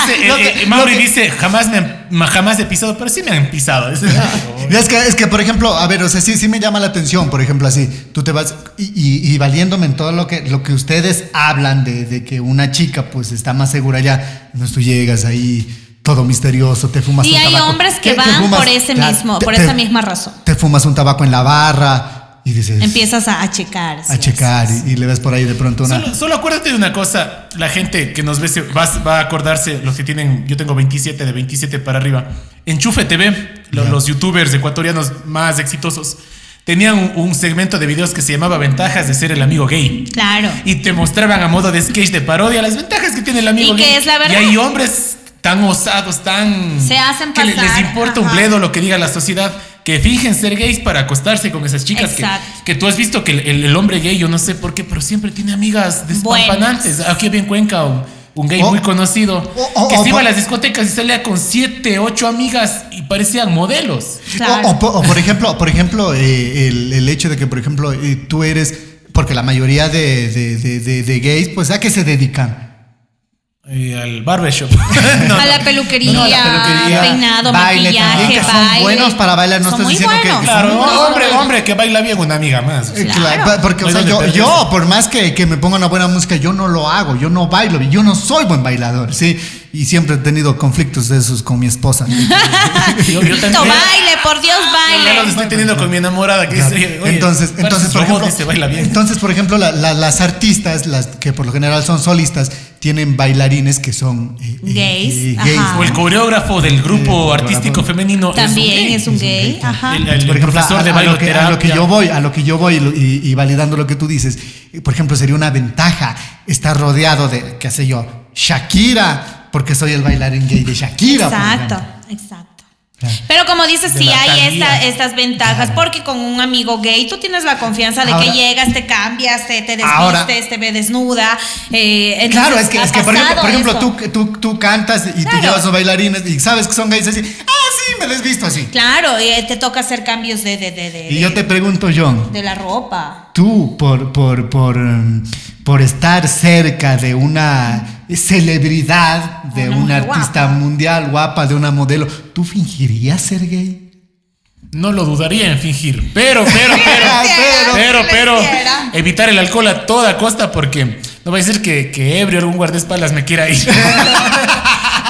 Speaker 4: Dice,
Speaker 2: Lo
Speaker 4: eh,
Speaker 2: que-
Speaker 4: eh, Mauri
Speaker 2: lo que-
Speaker 4: dice, jamás, me han- ma- jamás he pisado, pero sí me han pisado. Es-
Speaker 2: Y es, que, es que, por ejemplo, a ver, o sea, sí, sí me llama la atención, por ejemplo, así, tú te vas y, y- y valiéndome en todo lo que, lo que ustedes hablan de, de que una chica pues está más segura ya, no tú llegas ahí todo misterioso, te fumas
Speaker 3: Y
Speaker 2: un
Speaker 3: hay
Speaker 2: tabaco.
Speaker 3: hombres que
Speaker 2: Te- te
Speaker 3: van
Speaker 2: fumas-
Speaker 3: por ese
Speaker 2: claro,
Speaker 3: mismo,
Speaker 2: te-
Speaker 3: por
Speaker 2: te-
Speaker 3: esa misma razón.
Speaker 2: Te fumas un tabaco en la barra y dices...
Speaker 3: Empiezas a, a checar.
Speaker 2: a
Speaker 3: sí,
Speaker 2: checar
Speaker 3: sí, sí.
Speaker 2: y, y le ves por ahí de pronto una...
Speaker 4: Solo, solo acuérdate de una cosa, la gente que nos ve se- va, va a acordarse, los que tienen, yo tengo 27, de 27 para arriba, Enchufe TV, lo- los youtubers ecuatorianos más exitosos, tenían un, un segmento de videos que se llamaba Ventajas de ser el amigo gay.
Speaker 3: Claro.
Speaker 4: Y te mostraban a modo de sketch de parodia las ventajas que tiene el amigo
Speaker 3: Y
Speaker 4: gay.
Speaker 3: que es la verdad.
Speaker 4: Y hay hombres tan osados, tan...
Speaker 3: Se hacen
Speaker 4: Que le- les
Speaker 3: pasar,
Speaker 4: importa un
Speaker 3: ajá.
Speaker 4: bledo lo que diga la sociedad, que fingen ser gays para acostarse con esas chicas. Que,
Speaker 3: Exacto.
Speaker 4: que tú has visto que el, el- el hombre gay, yo no sé por qué, pero siempre tiene amigas despampanantes. Aquí había en Cuenca un, un gay
Speaker 2: O-
Speaker 4: muy conocido
Speaker 2: o- o-
Speaker 4: que
Speaker 2: o
Speaker 4: se iba a
Speaker 2: por-
Speaker 4: las discotecas y salía con siete, ocho amigas y parecían modelos.
Speaker 3: Claro.
Speaker 2: O, o po- o por ejemplo, por ejemplo eh, el, el hecho de que, por ejemplo, eh, tú eres, porque la mayoría de, de- de- de- de gays, pues a qué se dedican.
Speaker 4: Y al barbershop.
Speaker 3: a la peluquería,
Speaker 4: No, la peluquería,
Speaker 3: peinado,
Speaker 2: baile
Speaker 3: maquillaje,
Speaker 2: también, que son
Speaker 3: baile.
Speaker 2: buenos para bailar, no
Speaker 3: Son
Speaker 2: estoy
Speaker 3: muy
Speaker 2: diciendo que-
Speaker 3: buenos.
Speaker 4: Claro,
Speaker 3: Son muy
Speaker 4: hombre,
Speaker 3: buenos.
Speaker 4: hombre, que baila bien una amiga más.
Speaker 2: Eh,
Speaker 3: Claro.
Speaker 2: cla- pa- porque o
Speaker 4: No hay
Speaker 2: sea,
Speaker 4: donde
Speaker 2: yo,
Speaker 4: perderse.
Speaker 2: yo, por más que, que me ponga una buena música, yo no lo hago, yo no bailo, yo no soy buen bailador, ¿sí? Y siempre he tenido conflictos de esos con mi esposa.
Speaker 4: Yo, yo
Speaker 3: Tito, baile, por Dios,
Speaker 4: Ya los
Speaker 3: baile.
Speaker 2: este
Speaker 4: estoy teniendo con mi enamorada que dice, oye, oye,
Speaker 2: entonces,
Speaker 4: pareces
Speaker 2: entonces, por
Speaker 4: robot,
Speaker 2: ejemplo,
Speaker 4: dice, baila bien.
Speaker 2: entonces, por ejemplo, la- la- las artistas, las que por lo general son solistas, tienen bailarines que son eh, eh,
Speaker 3: Gays,
Speaker 2: eh,
Speaker 3: ajá.
Speaker 2: gays.
Speaker 4: o el coreógrafo del grupo artístico femenino. es un
Speaker 3: También
Speaker 4: gay.
Speaker 3: es un gay. Ajá.
Speaker 4: El, el
Speaker 2: por ejemplo,
Speaker 4: profesor
Speaker 2: a,
Speaker 4: de
Speaker 2: a lo que, a
Speaker 4: bailoterapia.
Speaker 2: lo que yo voy, a lo que yo voy y, y validando lo que tú dices, eh, por ejemplo, sería una ventaja estar rodeado de, qué sé yo, Shakira, porque soy el bailarín gay de Shakira. por
Speaker 3: Exacto,
Speaker 2: ejemplo.
Speaker 3: exacto.
Speaker 2: Claro.
Speaker 3: Pero como dices,
Speaker 4: De
Speaker 3: sí
Speaker 4: la
Speaker 3: hay
Speaker 4: Thalía.
Speaker 3: esta- estas ventajas, porque con un amigo gay tú tienes la confianza de que
Speaker 2: Ahora-
Speaker 3: llegas, te cambias, te, te desvistes,
Speaker 2: Ahora-
Speaker 3: te ve desnuda. eh, entonces,
Speaker 2: Claro, es que,
Speaker 3: ha
Speaker 2: es que por ejemplo,
Speaker 3: pasado
Speaker 2: por ejemplo
Speaker 3: eso.
Speaker 2: tú, tú, tú cantas y
Speaker 3: Claro.
Speaker 2: te llevas a bailarines y sabes que son gays así, ah, sí, me desvisto así.
Speaker 3: Claro, eh, te toca hacer cambios de, de, de, de-
Speaker 2: Y yo te pregunto, John,
Speaker 3: de la ropa.
Speaker 2: tú por, por, por, em, por estar cerca de una celebridad, de
Speaker 3: Una
Speaker 2: una
Speaker 3: mujer
Speaker 2: artista
Speaker 3: guapa.
Speaker 2: mundial guapa, de una modelo, ¿tú fingirías ser gay?
Speaker 4: No lo dudaría en fingir. Pero, pero,
Speaker 2: Ah, pero-
Speaker 4: pero. Pero, pero,
Speaker 3: Pareciera.
Speaker 4: evitar el alcohol a toda costa porque no va a decir que, que ebrio algún guardaespaldas me quiera ir.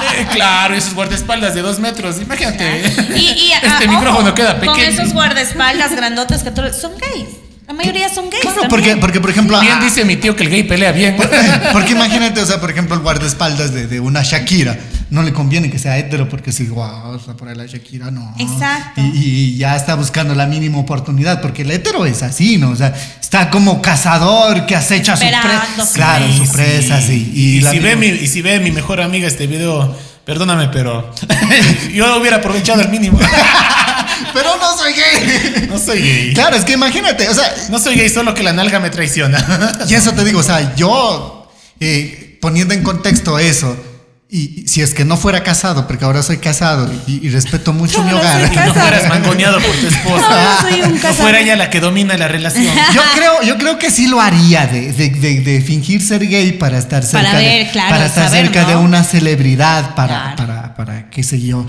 Speaker 4: Eh, claro, esos guardaespaldas de dos metros, imagínate.
Speaker 3: Y, y, ah,
Speaker 4: este
Speaker 3: ojo,
Speaker 4: micrófono queda
Speaker 3: Con
Speaker 4: pequeño.
Speaker 3: esos guardaespaldas grandotes que tú- son gays. La mayoría son gays.
Speaker 2: Claro, porque,
Speaker 3: también.
Speaker 2: porque por ejemplo...
Speaker 4: Bien
Speaker 2: ah,
Speaker 4: dice mi tío que el gay pelea bien.
Speaker 2: Porque imagínate, o sea, por ejemplo, el guardaespaldas de, de una Shakira. No le conviene que sea hetero porque si, guau, o sea, por ahí la Shakira no.
Speaker 3: Exacto.
Speaker 2: Y, y ya está buscando la mínima oportunidad porque el hetero es así, ¿no? O sea, está como cazador que acecha a su
Speaker 3: Esperando.
Speaker 2: presa. Claro,
Speaker 4: Sí,
Speaker 2: su presa, sí.
Speaker 4: Y,
Speaker 2: la
Speaker 4: si ve mi,
Speaker 2: mínima-
Speaker 4: y si ve mi mejor amiga este video, perdóname, pero yo lo hubiera aprovechado al mínimo.
Speaker 2: Pero no soy gay.
Speaker 4: No soy gay.
Speaker 2: Claro, es que imagínate, o sea,
Speaker 4: No soy gay, solo que la nalga me traiciona.
Speaker 2: Y eso te digo, o sea, yo eh, poniendo en contexto eso, y y si es que no fuera casado, porque ahora soy casado y, y respeto mucho mi
Speaker 3: Ahora
Speaker 2: hogar.
Speaker 3: soy
Speaker 4: Y no
Speaker 3: Casado.
Speaker 4: fueras mangoneado por tu esposa.
Speaker 3: Ahora soy un
Speaker 4: No
Speaker 3: casado.
Speaker 4: fuera ella la que domina la relación.
Speaker 2: Yo creo, yo creo que sí lo haría de, de- de- de fingir ser gay para estar
Speaker 3: Para
Speaker 2: cerca,
Speaker 3: ver,
Speaker 2: de,
Speaker 3: claro,
Speaker 2: para estar
Speaker 3: saber,
Speaker 2: cerca
Speaker 3: ¿no?
Speaker 2: de una celebridad, para,
Speaker 3: Claro.
Speaker 2: para, para qué sé yo,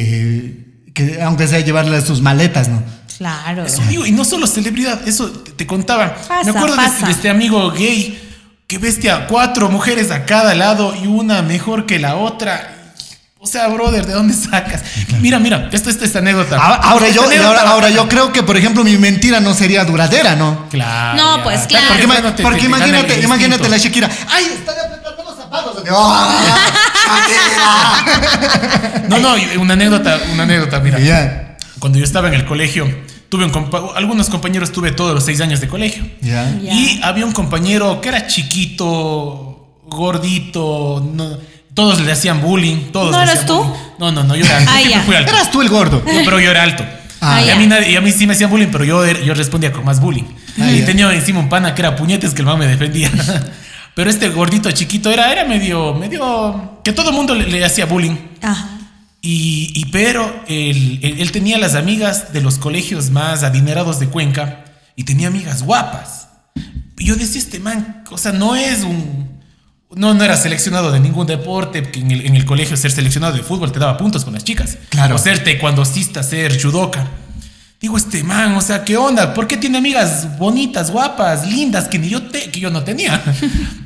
Speaker 2: eh, que, aunque sea llevarle sus maletas, ¿no?
Speaker 3: Claro.
Speaker 4: Eso digo, y no solo celebridad, eso te, te contaba.
Speaker 3: Pasa,
Speaker 4: Me acuerdo de-
Speaker 3: pasa.
Speaker 4: De, este amigo gay que bestia, cuatro mujeres a cada lado y una mejor que la otra. O sea, brother, ¿de dónde sacas? Mira, mira, esto esta, esta anécdota.
Speaker 2: Ahora, Ah, ahora yo,
Speaker 4: Esta anécdota
Speaker 2: ahora, ahora yo creo que, por ejemplo, mi mentira no sería duradera, ¿no?
Speaker 4: Claro.
Speaker 3: No,
Speaker 4: ya.
Speaker 3: pues,
Speaker 4: Tal-
Speaker 3: claro.
Speaker 2: Porque, ima-
Speaker 4: no te-
Speaker 2: porque
Speaker 4: te- te gana
Speaker 2: imagínate,
Speaker 4: el
Speaker 2: imagínate la
Speaker 4: instinto.
Speaker 2: Shakira. ¡Ay, está apretando los zapatos! ¡Ah, Shakira!
Speaker 4: No, no, y una anécdota, una anécdota, mira.
Speaker 2: Ya,
Speaker 4: Cuando yo estaba en el colegio, tuve un compa- algunos compañeros tuve todos los seis años de colegio.
Speaker 2: ya.
Speaker 3: Ya.
Speaker 4: Y había un compañero que era chiquito, gordito, no- todos le hacían bullying, todos.
Speaker 3: ¿No
Speaker 4: le
Speaker 3: eras
Speaker 4: hacían
Speaker 3: tú?
Speaker 4: bullying. No, no, no, yo era alto,
Speaker 3: Ah,
Speaker 4: siempre
Speaker 3: ya.
Speaker 4: fui alto.
Speaker 2: Eras tú el gordo.
Speaker 4: No, pero yo era alto.
Speaker 2: Ah,
Speaker 4: y,
Speaker 3: ya.
Speaker 4: a mí nadie- y a mí sí me hacían bullying, pero yo, era- yo respondía con más bullying.
Speaker 2: Ah,
Speaker 4: y
Speaker 2: ya.
Speaker 4: tenía encima un pana que era puñetes que el man me defendía. Pero este gordito chiquito era, era medio, medio, que todo el mundo le, le hacía bullying.
Speaker 3: Ajá.
Speaker 4: Y, y pero él, él- él tenía las amigas de los colegios más adinerados de Cuenca y tenía amigas guapas. Y yo decía, este man, o sea, no es un... No, no era seleccionado de ningún deporte, que en el, en el colegio ser seleccionado de fútbol te daba puntos con las chicas.
Speaker 2: Claro.
Speaker 4: O ser taekwondocista, ser judoka. Digo, este man, o sea, ¿qué onda? ¿Por qué tiene amigas bonitas, guapas, lindas, que ni yo, te, que yo no tenía?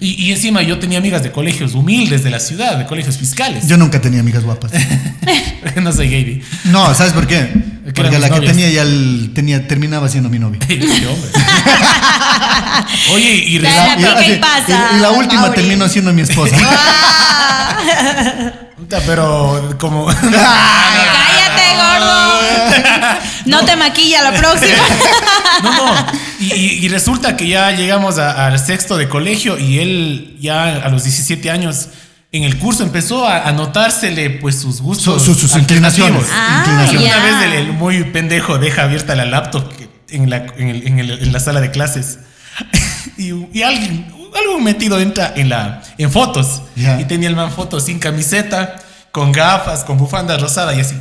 Speaker 4: y, y encima yo tenía amigas de colegios humildes de la ciudad, de colegios fiscales.
Speaker 2: Yo nunca tenía amigas guapas.
Speaker 4: no soy gay.
Speaker 2: No, ¿sabes por qué?
Speaker 4: Que
Speaker 2: Porque la
Speaker 4: eran mis
Speaker 2: que
Speaker 4: novias.
Speaker 2: tenía ya el- tenía, terminaba siendo mi novia.
Speaker 4: Ey, qué hombre. Oye, y
Speaker 3: Ya
Speaker 4: rela-
Speaker 3: la
Speaker 2: Y,
Speaker 3: ¿Pero qué
Speaker 2: así,
Speaker 3: pasa,
Speaker 2: y- y la última
Speaker 3: Mauri?
Speaker 2: terminó siendo mi esposa.
Speaker 4: Puta, pero como
Speaker 3: Cállate, gordo. No te maquilla la próxima.
Speaker 4: no, no. Y, y- y resulta que ya llegamos a- al sexto de colegio y él ya a los 17 años en el curso empezó a, a notársele pues sus gustos,
Speaker 2: Su- su- sus inclinaciones.
Speaker 4: alternativos.
Speaker 3: Ah,
Speaker 2: Inclinaciones.
Speaker 3: ya.
Speaker 4: Una vez el, el muy pendejo deja abierta la laptop que- en la, en el- en el- en la sala de clases y, y alguien, algún metido entra en, la, en fotos
Speaker 2: Ya.
Speaker 4: y tenía el man fotos sin camiseta, con gafas, con bufanda rosada y así.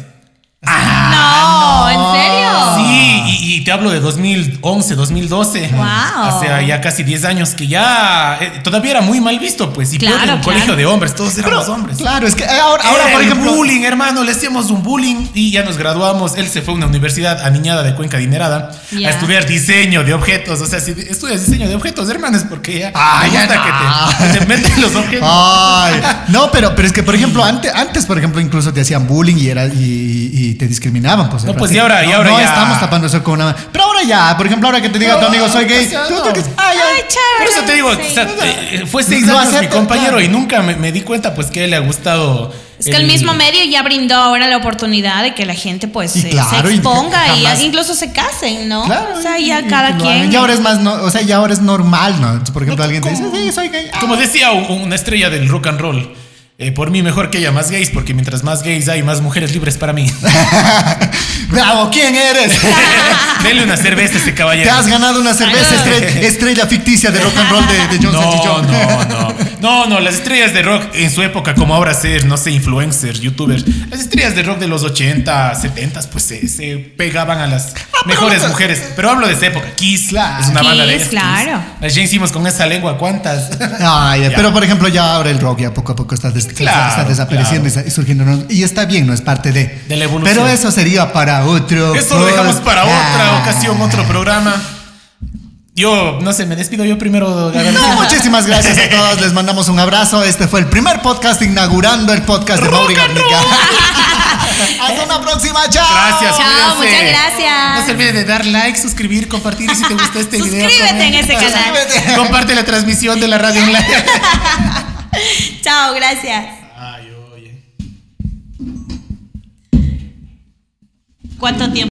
Speaker 3: No,
Speaker 2: no.
Speaker 3: ¿en serio?
Speaker 4: Sí, y, y te hablo de 2011, 2012.
Speaker 3: Wow.
Speaker 4: Hace ya casi 10 años que ya eh, todavía era muy mal visto, pues. Y
Speaker 3: Claro,
Speaker 4: peor en un
Speaker 3: claro.
Speaker 4: colegio de hombres, todos éramos hombres.
Speaker 2: Claro, es que eh, ahora,
Speaker 4: Ahora,
Speaker 2: ahora por ejemplo.
Speaker 4: bullying, hermano, le hacíamos un bullying y ya nos graduamos. Él se fue a una universidad aniñada de Cuenca Adinerada
Speaker 3: Ya.
Speaker 4: a estudiar diseño de objetos. O sea, si estudias diseño de objetos, hermano, es porque ya.
Speaker 2: Ah,
Speaker 4: te
Speaker 2: ya
Speaker 4: gusta
Speaker 2: no. Ah.
Speaker 4: que te, te meten los objetos.
Speaker 2: Ay, no, pero, pero es que, por ejemplo, antes, antes, por ejemplo, incluso te hacían bullying y, era, y, y te discriminaban. Pues,
Speaker 4: No,
Speaker 2: el
Speaker 4: pues,
Speaker 2: racismo.
Speaker 4: y ahora- y
Speaker 2: No,
Speaker 4: ahora
Speaker 2: no
Speaker 4: ya.
Speaker 2: estamos tapando eso con una. Pero ahora ya, por ejemplo, ahora que te diga tu amigo soy gay,
Speaker 4: No,
Speaker 2: tú, Ah, tú que-
Speaker 3: Ay, ay,
Speaker 4: Por
Speaker 3: chévere.
Speaker 4: eso te digo, o sea,
Speaker 3: Sí.
Speaker 4: eh, fue seis
Speaker 2: Lo
Speaker 4: años mi
Speaker 2: acepto,
Speaker 4: compañero
Speaker 2: claro.
Speaker 4: y nunca me, me di cuenta pues que le ha gustado.
Speaker 3: Es que el mismo medio ya brindó ahora la oportunidad de que la gente pues
Speaker 2: Y
Speaker 3: se-
Speaker 2: claro,
Speaker 3: se
Speaker 2: y
Speaker 3: exponga y,
Speaker 2: jamás-
Speaker 3: incluso se casen, ¿no?
Speaker 2: Claro,
Speaker 3: o sea,
Speaker 2: y-
Speaker 3: ya
Speaker 2: y- y
Speaker 3: cada
Speaker 2: que lo hagan.
Speaker 3: quien.
Speaker 2: Y ahora es más, no, o sea, ya ahora es normal, ¿no? Entonces, por ejemplo, alguien te dice,
Speaker 4: ¿cómo?
Speaker 2: sí, soy gay. Ah,
Speaker 4: Como decía un- una estrella del rock and roll, eh, por mí mejor que haya más gays, porque mientras más gays hay, más mujeres libres para mí.
Speaker 2: Ah. Bravo, ¿quién eres?
Speaker 4: Dele una cerveza a este
Speaker 2: Te
Speaker 4: caballero.
Speaker 2: has ganado una cerveza
Speaker 3: Salud.
Speaker 2: estre- estrella ficticia de rock and roll de, de John
Speaker 4: No,
Speaker 2: Salchichón.
Speaker 4: no, no. No, no, las estrellas de rock en su época, como ahora ser, no sé, influencers, youtubers, las estrellas de rock de los 80, 70, pues se, se pegaban a las mejores mujeres. Pero hablo de esa época. Kiss,
Speaker 2: Claro.
Speaker 4: es una banda de
Speaker 3: Kiss,
Speaker 4: ellas,
Speaker 3: claro.
Speaker 4: Las ya hicimos con esa lengua, ¿cuántas?
Speaker 2: Ay,
Speaker 4: Ya.
Speaker 2: pero por ejemplo, ya ahora el rock ya poco a poco está, des-
Speaker 4: Claro,
Speaker 2: está desapareciendo
Speaker 4: claro.
Speaker 2: y sa- surgiendo. nuevos- Y está bien, no es parte de.
Speaker 4: De la evolución.
Speaker 2: Pero eso sería para otro.
Speaker 4: Eso lo dejamos
Speaker 2: podcast.
Speaker 4: para otra ocasión, otro programa. Yo, no sé, me despido yo primero. Gabriel.
Speaker 2: No, muchísimas gracias a todos. Les mandamos un abrazo. Este fue el primer podcast inaugurando el podcast de Mauri Garnica. Hasta una próxima. Chao.
Speaker 4: Gracias,
Speaker 3: Chao,
Speaker 4: cuídense.
Speaker 3: muchas gracias.
Speaker 4: No se olviden de dar like, suscribir, compartir y si te gustó este video.
Speaker 3: Suscríbete en este
Speaker 4: comenta.
Speaker 3: canal.
Speaker 2: Suscríbete.
Speaker 4: Comparte la transmisión de la radio online.
Speaker 3: Chao, gracias.
Speaker 4: Ay, oye.
Speaker 3: ¿Cuánto tiempo?